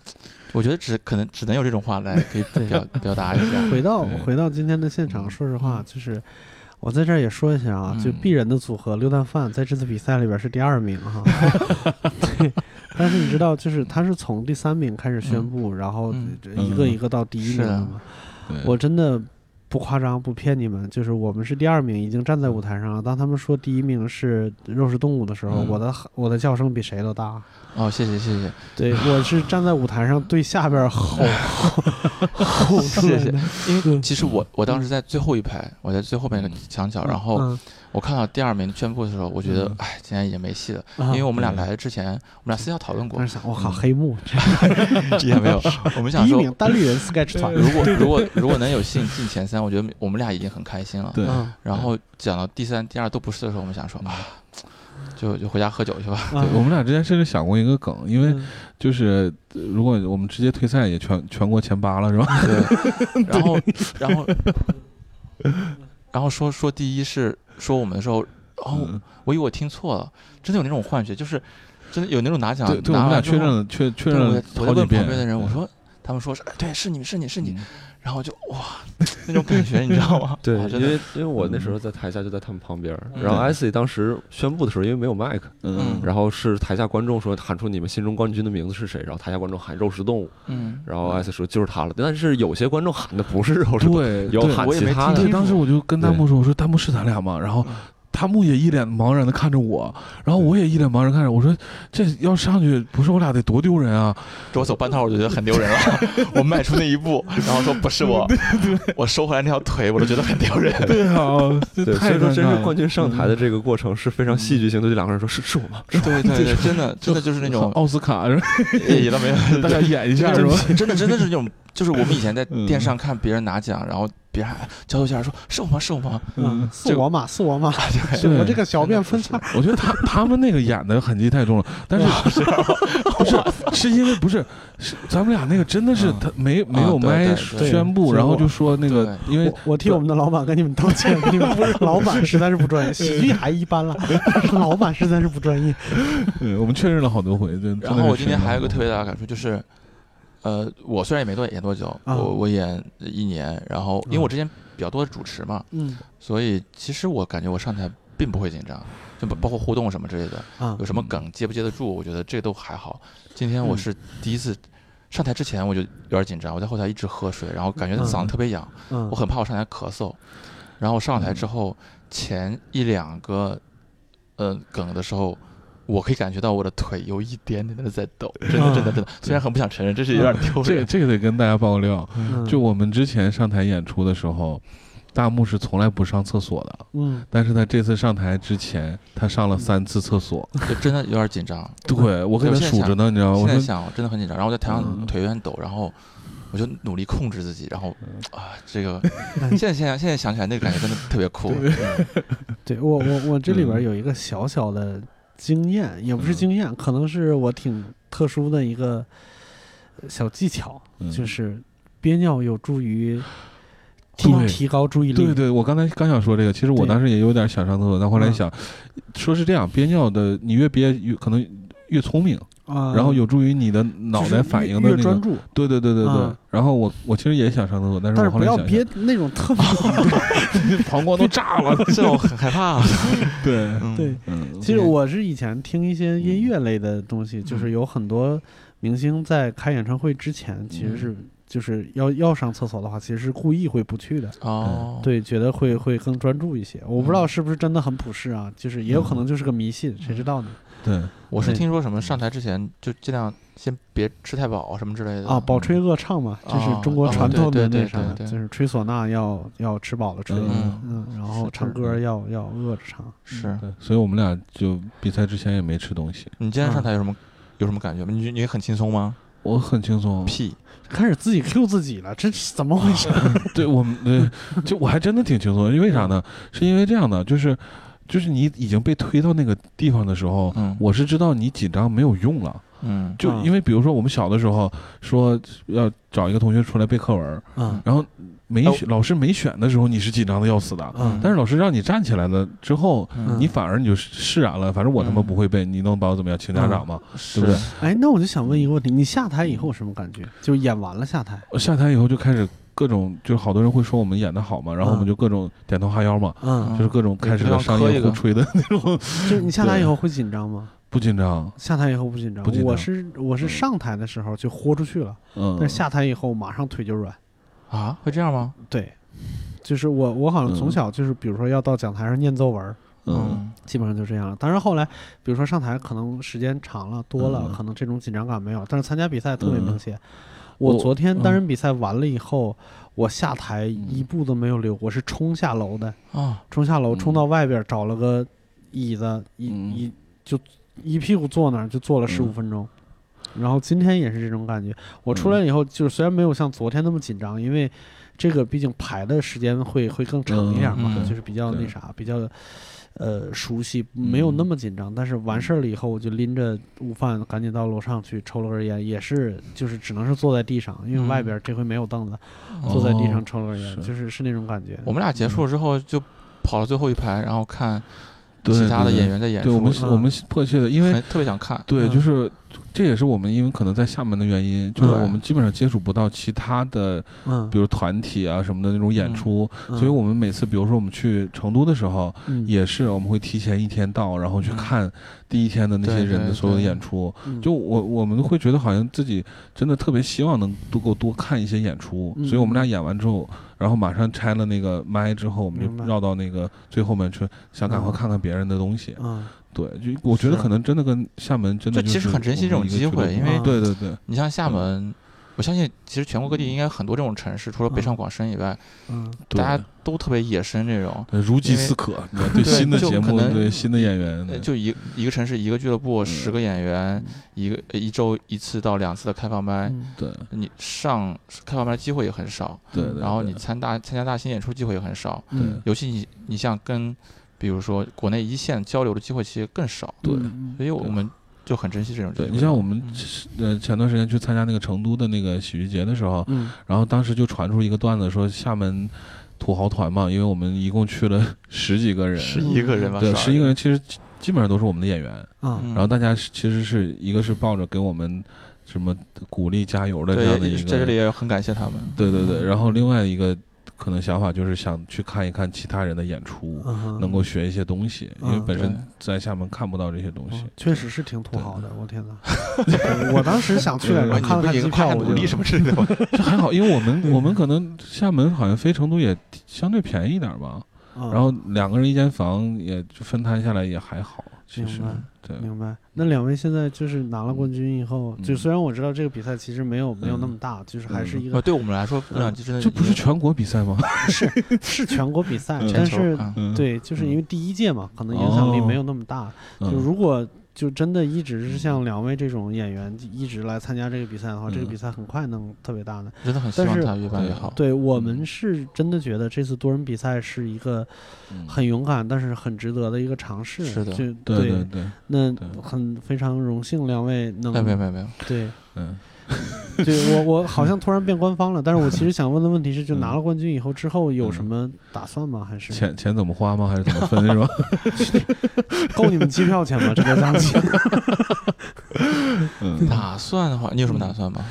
我觉得只可能只能有这种话 来可以表表达一下。
回到
对
回到今天的现场，说实话，就是我在这儿也说一下啊，
嗯
就鄙人的组合六蛋饭在这次比赛里边是第二名 哈。对，但是你知道，就是他是从第三名开始宣布，然后
嗯
这一个
嗯
一个到第一
是啊
名
的
的嘛。
对
我真的不夸张，不骗你们，就是我们是第二名，已经站在舞台上了。当他们说第一名是肉食动物的时候，
嗯
我的我的叫声比谁 都大。
哦，谢谢谢谢
对，我是站在舞台上对下 边吼吼出来
谢
的。
谢，因为
嗯
其实我我当时在最后一排，我在最后面一个墙角，然后
嗯，
我看到第二名宣布的时候，我觉得
嗯
哎，今天已经没戏了，
因
因为我们俩来之前，我们俩私下讨论过
当，时想，我靠，黑幕，这
也 没有，我们想
第一
说。
名单立人 sketch 团，
如果如果如果能有幸进前三，我觉得我们俩已经很开心了。
对
嗯
然后讲到第三、第二都不是的时候，我们想说啊，就就回家喝酒去吧。
对我们俩之前甚至想过一个梗，因为
嗯
就是呃如果我们直接退赛，也全全国前八了，是吧？
对， 然后然后然后说说第一是说我们的时候，哦，
嗯
我以为我听错了，真的有那种幻觉，就是真的有那种拿奖
对对，我
拿
们俩
完之
确认
后，
了，确确
啊对
认
我
了
在我在
好几
问旁
遍。
边的人，我说他们说是，哎对，是你是你是你，
嗯
然后就哇那种感觉，你知道吗？
对，
哇啊真
因
的
为因为我那时候在台下就在他们旁边儿，然后
嗯
S 当时宣布的时候，因为没有麦克，
嗯
嗯
然后是台下观众说喊出你们心中冠军的名字是谁，然后台下观众喊肉食动物，
嗯，
然后 S 说就是他了，但是有些观众喊的不是肉食动物，
对，
有
对
喊
我也
其
没
他
听
的
对，
清，
当时我就跟弹幕说：“我说弹幕是咱俩吗？”然后
嗯
弹幕也一脸茫然的看着我，然后我也一脸茫然看着我说：“这要上去不是我俩得多丢人啊
我走半套我就觉得很丢人了， 我迈出那一步，然后说不是我，我收回来那条腿，我都觉得很丢人！”。
对 啊，这
对，所
太
以说真
尴尬
是
了
冠。军上台的这个过程是非常戏剧性的，就两个人说是是我吗？
对对对，真的真的 就是那
很
种
奥斯卡，
也 倒没有，
大家演一下是
真
吧？
的真的真的是那种，就是我们以前在
嗯
电视上看别人拿奖，然后别人还交头接耳说是我吗是我吗？
嗯，是我嘛是我嘛，
对，
我这个小便分叉，
我觉得他他们那个演的痕迹太重了，但是不是是因为不是是咱们俩那个真的是
嗯
他没没有
啊对
麦
对
对
宣布，
对
然后就说那个因为
我我替我们的老板跟你们道歉，你们 老板实在是不专业，喜剧还一般了，但是老板实在是不专业。
对我们确认了好多回，对真的
然后我
是
今
确
天
认了
还有一
好
个特别大的感触就是，呃，我虽然也没多演多久，
啊
我我演一年，然后
嗯
因为我之前比较多的主持嘛，
嗯
所以其实我感觉我上台并不会紧张，就包包括互动什么之类的，
啊
有什
嗯
么梗接不接得住，我觉得这都还好。今天我
嗯
是第一次。上台之前我就有点紧张，我在后台一直喝水，然后感觉
嗯
嗓子特别痒，
嗯
我很怕我上台咳嗽，然后我上台
嗯
之后前一两个，呃梗的时候，我可以感觉到我的腿有一点点的在抖，真的真的真的，虽然很不想承认，这是有点丢
嗯这个
人。
这个得跟大家爆料，
嗯
就我们之前上台演出的时候，大木是从来不上厕所的，
嗯
但是他这次上台之前，他上了三次厕 所。
就真的有点紧张，
对我给他数着呢，你知道吗？
现
啊我
在
说
想我真的很紧张，然后我在台
嗯
上腿有点抖，然后我就努力控制自己，然后啊，这个
嗯
现在现在现在想起来那个感觉真的特别酷，嗯
对我我我这里边有一个小小的经验，也不
嗯
是经验，可能是我挺特殊的一个小技巧，
嗯
就是憋尿有助于提
对
提高注意力。
对对，我刚才刚想说这个，其实我
对嗯
当时也有点想上厕所，但后来想，说是这样，憋尿的你越憋越可能越聪明，
啊，
然后有助于你的脑
就是
袋反
越
应的
越
那
专
个。
注，
对对对对对
嗯。
然后我我其实也想上厕所，但是
但
我
是
后
不
来
要
想
憋那种特别
想 膀胱都炸 了。
这我很害 怕。啊
对，
嗯
对。
嗯，
其实我是以前听一些音乐类的东西，就是有很多明星在开演唱会之
嗯
前，其实是就是要要上厕所的话，其实是故意会不去的。
哦，
对，觉得会会更专注一些。我
嗯
不知道是不是真的很普世啊，就是也有可能就是个迷信，谁知道呢？
对，
我是
对
听说
嗯
什么上台之前就尽量先别吃太饱什么之类的
啊，饱吹饿唱嘛，这是中国
哦
传统
对
的
对
那啥
对，对对
就是吹唢呐要要吃饱了吹，
嗯
嗯，然后
是
唱歌要要饿着唱。
是
嗯对，所以我们俩就比赛之前也没吃东西，
你今天上
嗯
台有什么有什么感觉吗？你你很轻松吗？
我很轻松。
屁，
开始自己 Q 自己了，这是怎么回事？
对我们，对，就我还真的挺轻松的，因为啥呢？是因为这样的，就是就是你已经被推到那个地方的时候，
嗯
我是知道你紧张没有用了。
嗯
就
嗯
因为比如说我们小的时候说要找一个同学出来背课文儿，
嗯
然后没
哎
选老师没选的时候，你是紧张的要死的。
嗯，
但是老师让你站起来了之后，
嗯
你反而你就释然了。反正我他妈
嗯
不会背，你能把我怎么样？请家长吗？对不对？
哎，那我就想问一个问题，你下台以后什么感觉？就演完了下台，
我下台以后就开始各种，就是好多人会说我们演的好嘛，然后我们
嗯
就各种点头哈腰嘛，
嗯，
就是各种开始了商业互吹的那种，
就你下台以后会紧张吗？
不紧张，
下台以后不紧张
不紧，张
我是我是
嗯
上台的时候就豁出去了，
嗯
但，是下台以后马上腿就软。
啊，会这样吗？
对，就是我我好像从小就是，比如说要到讲台上念作文儿，
嗯，
基本上就这样。当然后来，比如说上台可能时间长了多了，
嗯
可能这种紧张感没有，但是参加比赛特别明显。
我
我昨天
嗯
单人比赛完了以后，我下台一步都没有溜，我是冲下楼的，
嗯啊，
冲下楼
嗯
冲到外边找了个椅子，一
嗯
一就一屁股坐那儿，就坐了十五
嗯
分钟。然后今天也是这种感觉。我出来以后，就是虽然没有像昨天那么紧张，因为这个毕竟排的时间会会更长一点嘛，
嗯嗯
就是比较
对嗯
那啥，比较呃熟悉，没有那么紧张。但是完事儿了以后，我就拎着午饭赶紧到楼上去抽了根烟，也是就是只能是坐在地上，因为
嗯
外边这回没有凳子，
哦
坐在地上
哦
抽了根烟，
是
就是是那种感觉。
我们俩结束了之后就跑到最后一排，然后看
对
其他的
对
演员在演
对
出，
我们
嗯
我们迫切的，因为
很特别想看。
对，
嗯
就是这也是我们因为可能在厦门的原因，就是
嗯
我们基本上接触不到其他的，
嗯，
比如团体啊什么的那种演出，
嗯
所以我们每次，比如说我们去成都的时候，
嗯
也是我们会提前一天到，然后去
嗯
看第一天的那些
对
人的
对
所有的
对
演出。
嗯
就我我们会觉得好像自己真的特别希望能多够多看一些演出，
嗯
所以我们俩演完之后，然后马上拆了那个麦之后，我们
明
就
白
绕到那个最后面去，想赶快看看别人的东西。
嗯
对，就我觉得
是
可能真的跟厦门真的
就其
就
实
是
很珍惜
我们
这种机
一个
会
俱乐部
因为
对对对，
你像厦
嗯
门，我相信其实全国各地应该很多这种城市，除了北
嗯
上广深以外，
嗯
对
大家都特别野生这种。
呃如饥
因为
似渴，你 知道对
对
新的
就
节
可
目，
能
对新的演员，
呃就一一个城市一个俱乐部，
嗯
十个演员，一个一周一次到两次的开放
哎
麦，
嗯
对
你上开放麦机会也很少，
对对，
然后
对
你参大参加大型演出机会也很少，
嗯
尤其你你像跟比如说国内一线交流的机会其实更少，
对
嗯
所以我们就很珍惜这种机
对
会。
你像我们
嗯
呃前段时间去参加那个成都的那个喜剧节的时候，
嗯
然后当时就传出一个段子，说厦门土豪团嘛，因为我们一共去了十几个人，
十一个人吧，
对，
12
十一个人其实基基本上都是我们的演员，
啊
嗯
然后大家是其实是一个是抱着给我们什么鼓励加油的这样的
对，
一个，
在这里也很感谢他们。
对对对，然后另外一个可能想法就是想去看一看其他人的演出，
嗯
能够学一些东西，因
嗯
为本身
对嗯
在厦门看不到这些东西
哦。确实是挺土豪的，我天 哪！我当时想去来着，
我
哎
看
你不
了看
也
机
看
票，
看
我
努
就
力什么之类 的吗？
这还好，因为 我们我们可能厦门好像飞成都也相对便宜一点吧，
啊
然后两个人一间房也就分摊下来也还好，其实
明白
对，
明白。那两位现在就是拿了冠军以后，就
嗯
虽然我知道这个比赛其实没有没有那
嗯
么大，就是还是
嗯
一
呃，
个
对我们来说，分量就真的
这不是
因为
全国比 赛吗？
是全国比赛，
嗯
全
但
球
是
嗯
嗯，
对，就是因为第一届嘛，可能影响力没有那么大。
嗯，
就如果就真的一直是像两位这种演员一直来参加这个比赛的话，这个
嗯
比赛很快能特别大的。
真的很希
但
望
是
他越办越好。
对我们是真的觉得这次多人比赛是一个
嗯
很勇敢，但是很值得的一个尝试。
是的
就
对对对，
那
对
很非常荣幸两位能
哎，没有没有没有，
对
嗯
对，我我好像突然变官方了，但是我其实想问的问题是，就
嗯
拿了冠军以后之后有什么打算吗？还是
钱钱怎么花吗？还是怎么分 是吧？
够你们机票钱吗？这个档期
嗯，
打算的话，你有什么打算 吗？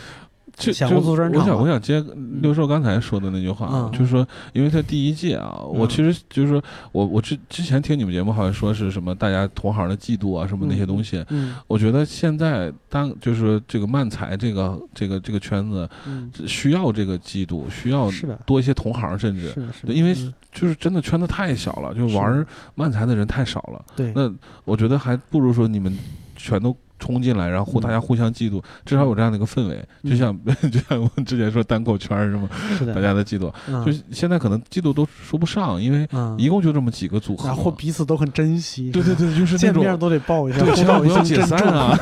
就
想
就
过做专
我
场
想
吗
我想接六兽刚才说的那句话
嗯，
就是说，因为他第一届啊，我
嗯
其实就是说我我之之前听你们节目好像说是什么大家同行的嫉妒啊什么那些东西，
嗯
我觉得现在当就是说这个漫才这个这个这个圈子
嗯，
需要这个嫉妒，需要
是的，
多一些同行，甚至
是的，是的，
对因为
嗯
就是真的圈子太小了，就是玩
是
儿漫才的人太少了。
对
那我觉得还不如说你们全都冲进来，然后互
嗯
大家互相嫉妒，至少有这样的一个氛围。就像 就像我之前说单口圈儿什么，
是
大
的，
家的嫉妒，
嗯
就是现在可能嫉妒都说不上，因为
嗯，
一共就这么几个组合
然。后彼此都很珍惜，
对对对，就是那
见面
种。
都得抱一下，
对，千万
互道
不
一
要
声
解
珍
散
重
啊！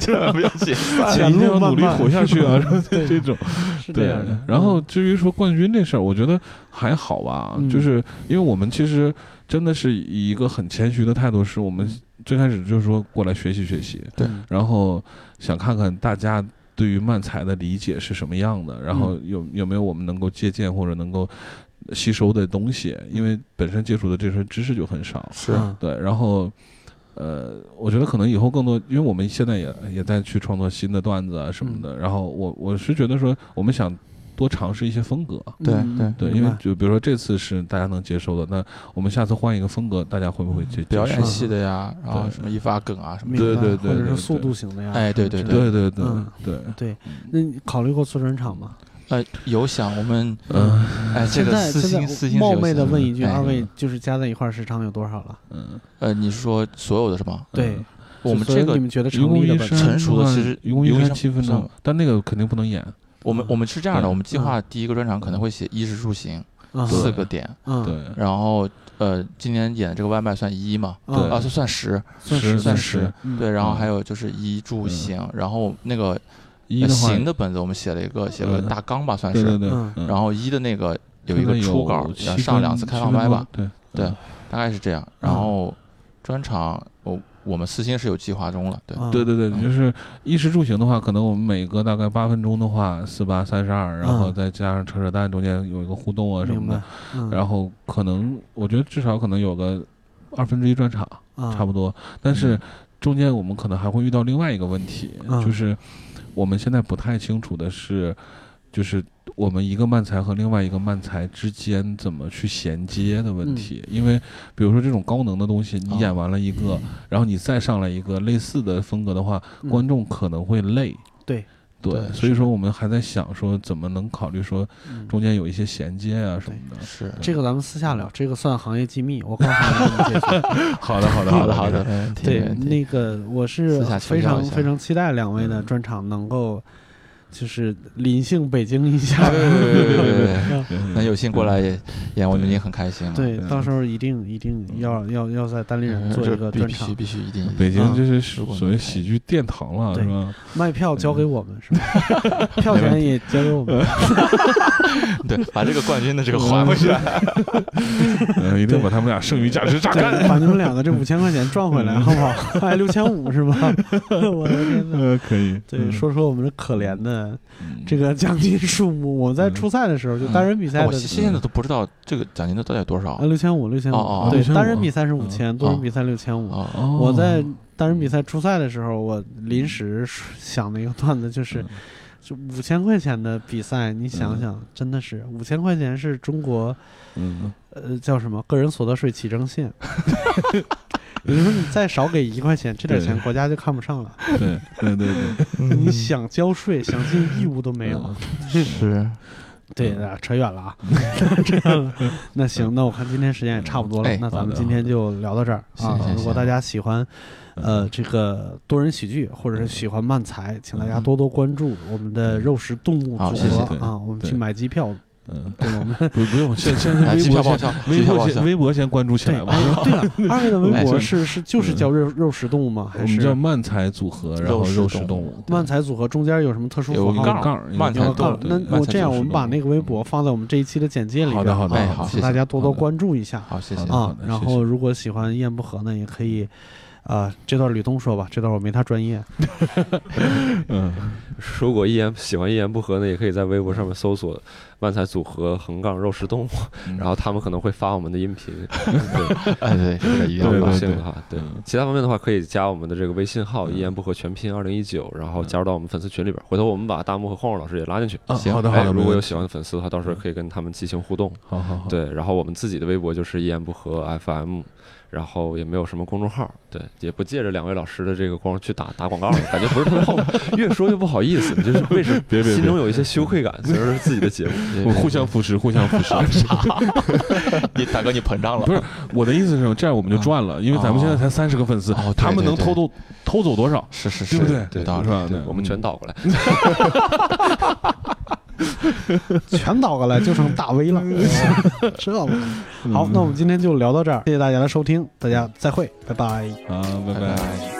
千万不要紧。
一
前
定
路
要
漫
努力
漫
活下去啊！
对
这种
是这
对
样的。，
然后至于说冠军这事儿，我觉得还好吧，
嗯
就是因为我们其实真的是以一个很谦虚的态度，是我们最开始就是说过来学习学习，
对
嗯
然后想看看大家对于漫才的理解是什么样的，然
嗯
后有有没有我们能够借鉴或者能够吸收的东西，因为本身接触的这些知识就很少，
是
嗯
对，然后。呃，我觉得可能以后更多，因为我们现在也也在去创作新的段子啊
嗯
什么的。然后我我是觉得说，我们想多尝试一些风格，啊
对
嗯
对
对，因
明
为
白
就比如说这次是大家能接受的，那我们下次换一个风格，大家会不会 接
嗯表
接
演
受啊
系的呀，然后什么一发梗啊什么的。
明白
对对对
或者
对
是速
对
度型的呀，
哎对对
对对对
嗯
对，
对，那你考虑过做专场吗？
呃，有想我们
嗯
哎，这个私
现
心
在现
私
在
心
冒昧的问一句，
哎
二位就是加在一块儿时长有多少了？
嗯，
呃，你是说所有的是吗？
对，
我们
所以
这个
你们觉得
愚
成
公
立的
移
本
山
身
成熟的其实
愚公移
愚公移
山
山
七分
算
钟
了，
但那个肯定不能演。
我们我们是这样的，
对
我们计划第一个专场可能会写衣食住行
啊
嗯对
四个点，
嗯
对，
然后呃，今年演的这个外卖算一嘛？
嗯对
啊，算算十，
算
十
是
算
是
十，
嗯
对，然后还有就是衣住行，然后那个
一
呃
嗯的话，
行的本子我们写了一个写了
嗯
个大纲吧，算
对对
是，
对，
嗯
嗯
然后一的那个有一
现在
个初稿
有，
要
七
上
分
两次开
七
放
分
麦吧，
钟，对嗯
对，大概是这样。然后专场我我们私心是有计划中了，对，
啊
对对对，
嗯
就是衣食住行的话，可能我们每个大概八分钟的话，四八三十二，然后
嗯
再加上扯扯淡，中间有一个互动啊什
明
么
白
的，，
嗯
然后可能我觉得至少可能有个二分之一专场，
啊
差不多。但是中间我们可能还会遇到另外一个问题，
嗯
就是我们现在不太清楚的是，就是我们一个慢才和另外一个慢才之间怎么去衔接的问题。
嗯
因为比如说这种高能的东西，
啊
你
哦
演完了一个，然后你再上来一个类似的风格的话，
嗯
观众可能会累。
对
对
对，
所以说我们还在想说怎么能考虑说
嗯
中间有一些衔接啊什么的。
是
这个咱们私下聊，这个算行业机密，我告诉你们这个。
好的，好的，
好的
的，
好
好
的，。没问题
对
没，问题
那个我是
私下请
非
教
常
一下嗯
非常期待两位的专场能够就是临幸北京一
哎
下。
别别别别别别别
啊
能有幸过来演，我们已经很开心了。
对，
嗯
到时候一定一定要要要在单立人
嗯，
做一
这
个
必
专
必须
场，
必须一定一定
北京
嗯
这是
如果
所谓
能
喜剧殿堂了，
对
是吧？
卖票交
嗯
给我们是吧？ 票钱也交给我们，
对，把这个冠军的这个还回去。
嗯，一定把他们俩剩余价值榨 干。
对，把你们两个这五千块钱赚回来，
嗯
好不好？哎，六千五是吧？ 我的天哪！
呃，可以。
对，
嗯
说说我们这可怜的
嗯
这个奖金数目。我们在初赛的时候，就单人比赛
嗯哦我
的
现现在都不知道这个奖金都到底多少
啊，。六千五，六千
哦
五
哦，
对，
6500
单人比赛是五
嗯
千，多人比赛六千五。
哦，
哦
我在单人比赛初赛的时候，我临时想了一个段子，就是
嗯
就五千块钱的比赛，你想想，真的是五千块钱是中国
嗯
呃叫什么个人所得税起征 线。也就是说，你再少给一块钱，这点钱
对
国家就看不上了。
对对对对，
你想交税、想尽义务都没有
嗯。
是
对，那扯远 了啊，扯远了。那行，那我看今天时间也差不多了
哎，
那咱
好
们
的
今天就聊到这儿啊
行行。
如果
行
大家喜欢
嗯
呃这个多人喜剧或者是喜欢漫才，请大家多多关注我们的肉食动物
好
组
谢
合
嗯谢
啊，我们去
对
买机票，
嗯，
对我们
不不用，现现在
哎，
微
机
博
票报
先
销，机
微
票报
博先
销。
微博先关注起
对
来吧。
哎对了， 二位的微
买
博
是
是是就是叫肉肉食动物吗？
啊嗯我
还
们叫
是
慢才组合，然后
肉
肉
食
食
动
动
物
物，
漫才组合中间有什么特殊
有
符
个
号
杠
吗？
儿杠儿，
慢才
有个
有
杠儿。
对
那我这样，
肉食
我们把那个微博放在我们这一期的简介里
好
边
的好的
哎，
好
好，
的
谢
请
谢
大家多多
好的
关注一下。
好，谢谢
好。的
啊，
的
然
谢
后
谢
如果喜欢一言不合呢，也可以，啊，这段吕东说吧，这段我没他专业。
嗯，
如果一言喜欢一言不合呢，也可以在微博上面搜索“万彩组合横杠肉食动物”，
嗯
然后他们可能会发我们的音频。
哎，对，这个一
对，
定要
有
发
对
兴的话，对
嗯
其他方面的话，可以加我们的这个微信号“一言不合全拼二零一九”，然后加入到我们粉丝群里边。回头我们把大木和匡老师也拉进去。
嗯啊
行
好的
哎
好的，
如果有
没问题
喜欢的粉丝的话，到时候可以跟他们进行互动。
好好好，
对，然后我们自己的微博就是一言不合 FM，然后也没有什么公众号，对，也不借着两位老师的这个光去打打广告了，感觉不是特别好， 越说越不好意思，你就是为什么
别别
心中
别，
有一些羞愧感，所以说是自己的节目。
我互相扶持，互相扶持。
你大哥，你膨胀了，
不是我的意思是，这样我们就赚了，因为咱们现在才三十个粉丝
哦对，
他们能
对
偷
对
走偷走多少？
是是是，
对不对？
有
对
道
是
理。
吧？
对，我们全
打。
倒过来。
全倒过来就剩大 V 了，这玩意嗯儿好，那我们今天就聊到这儿，谢谢大家的收听，大家再会，拜拜。
啊，拜
拜
拜。
拜。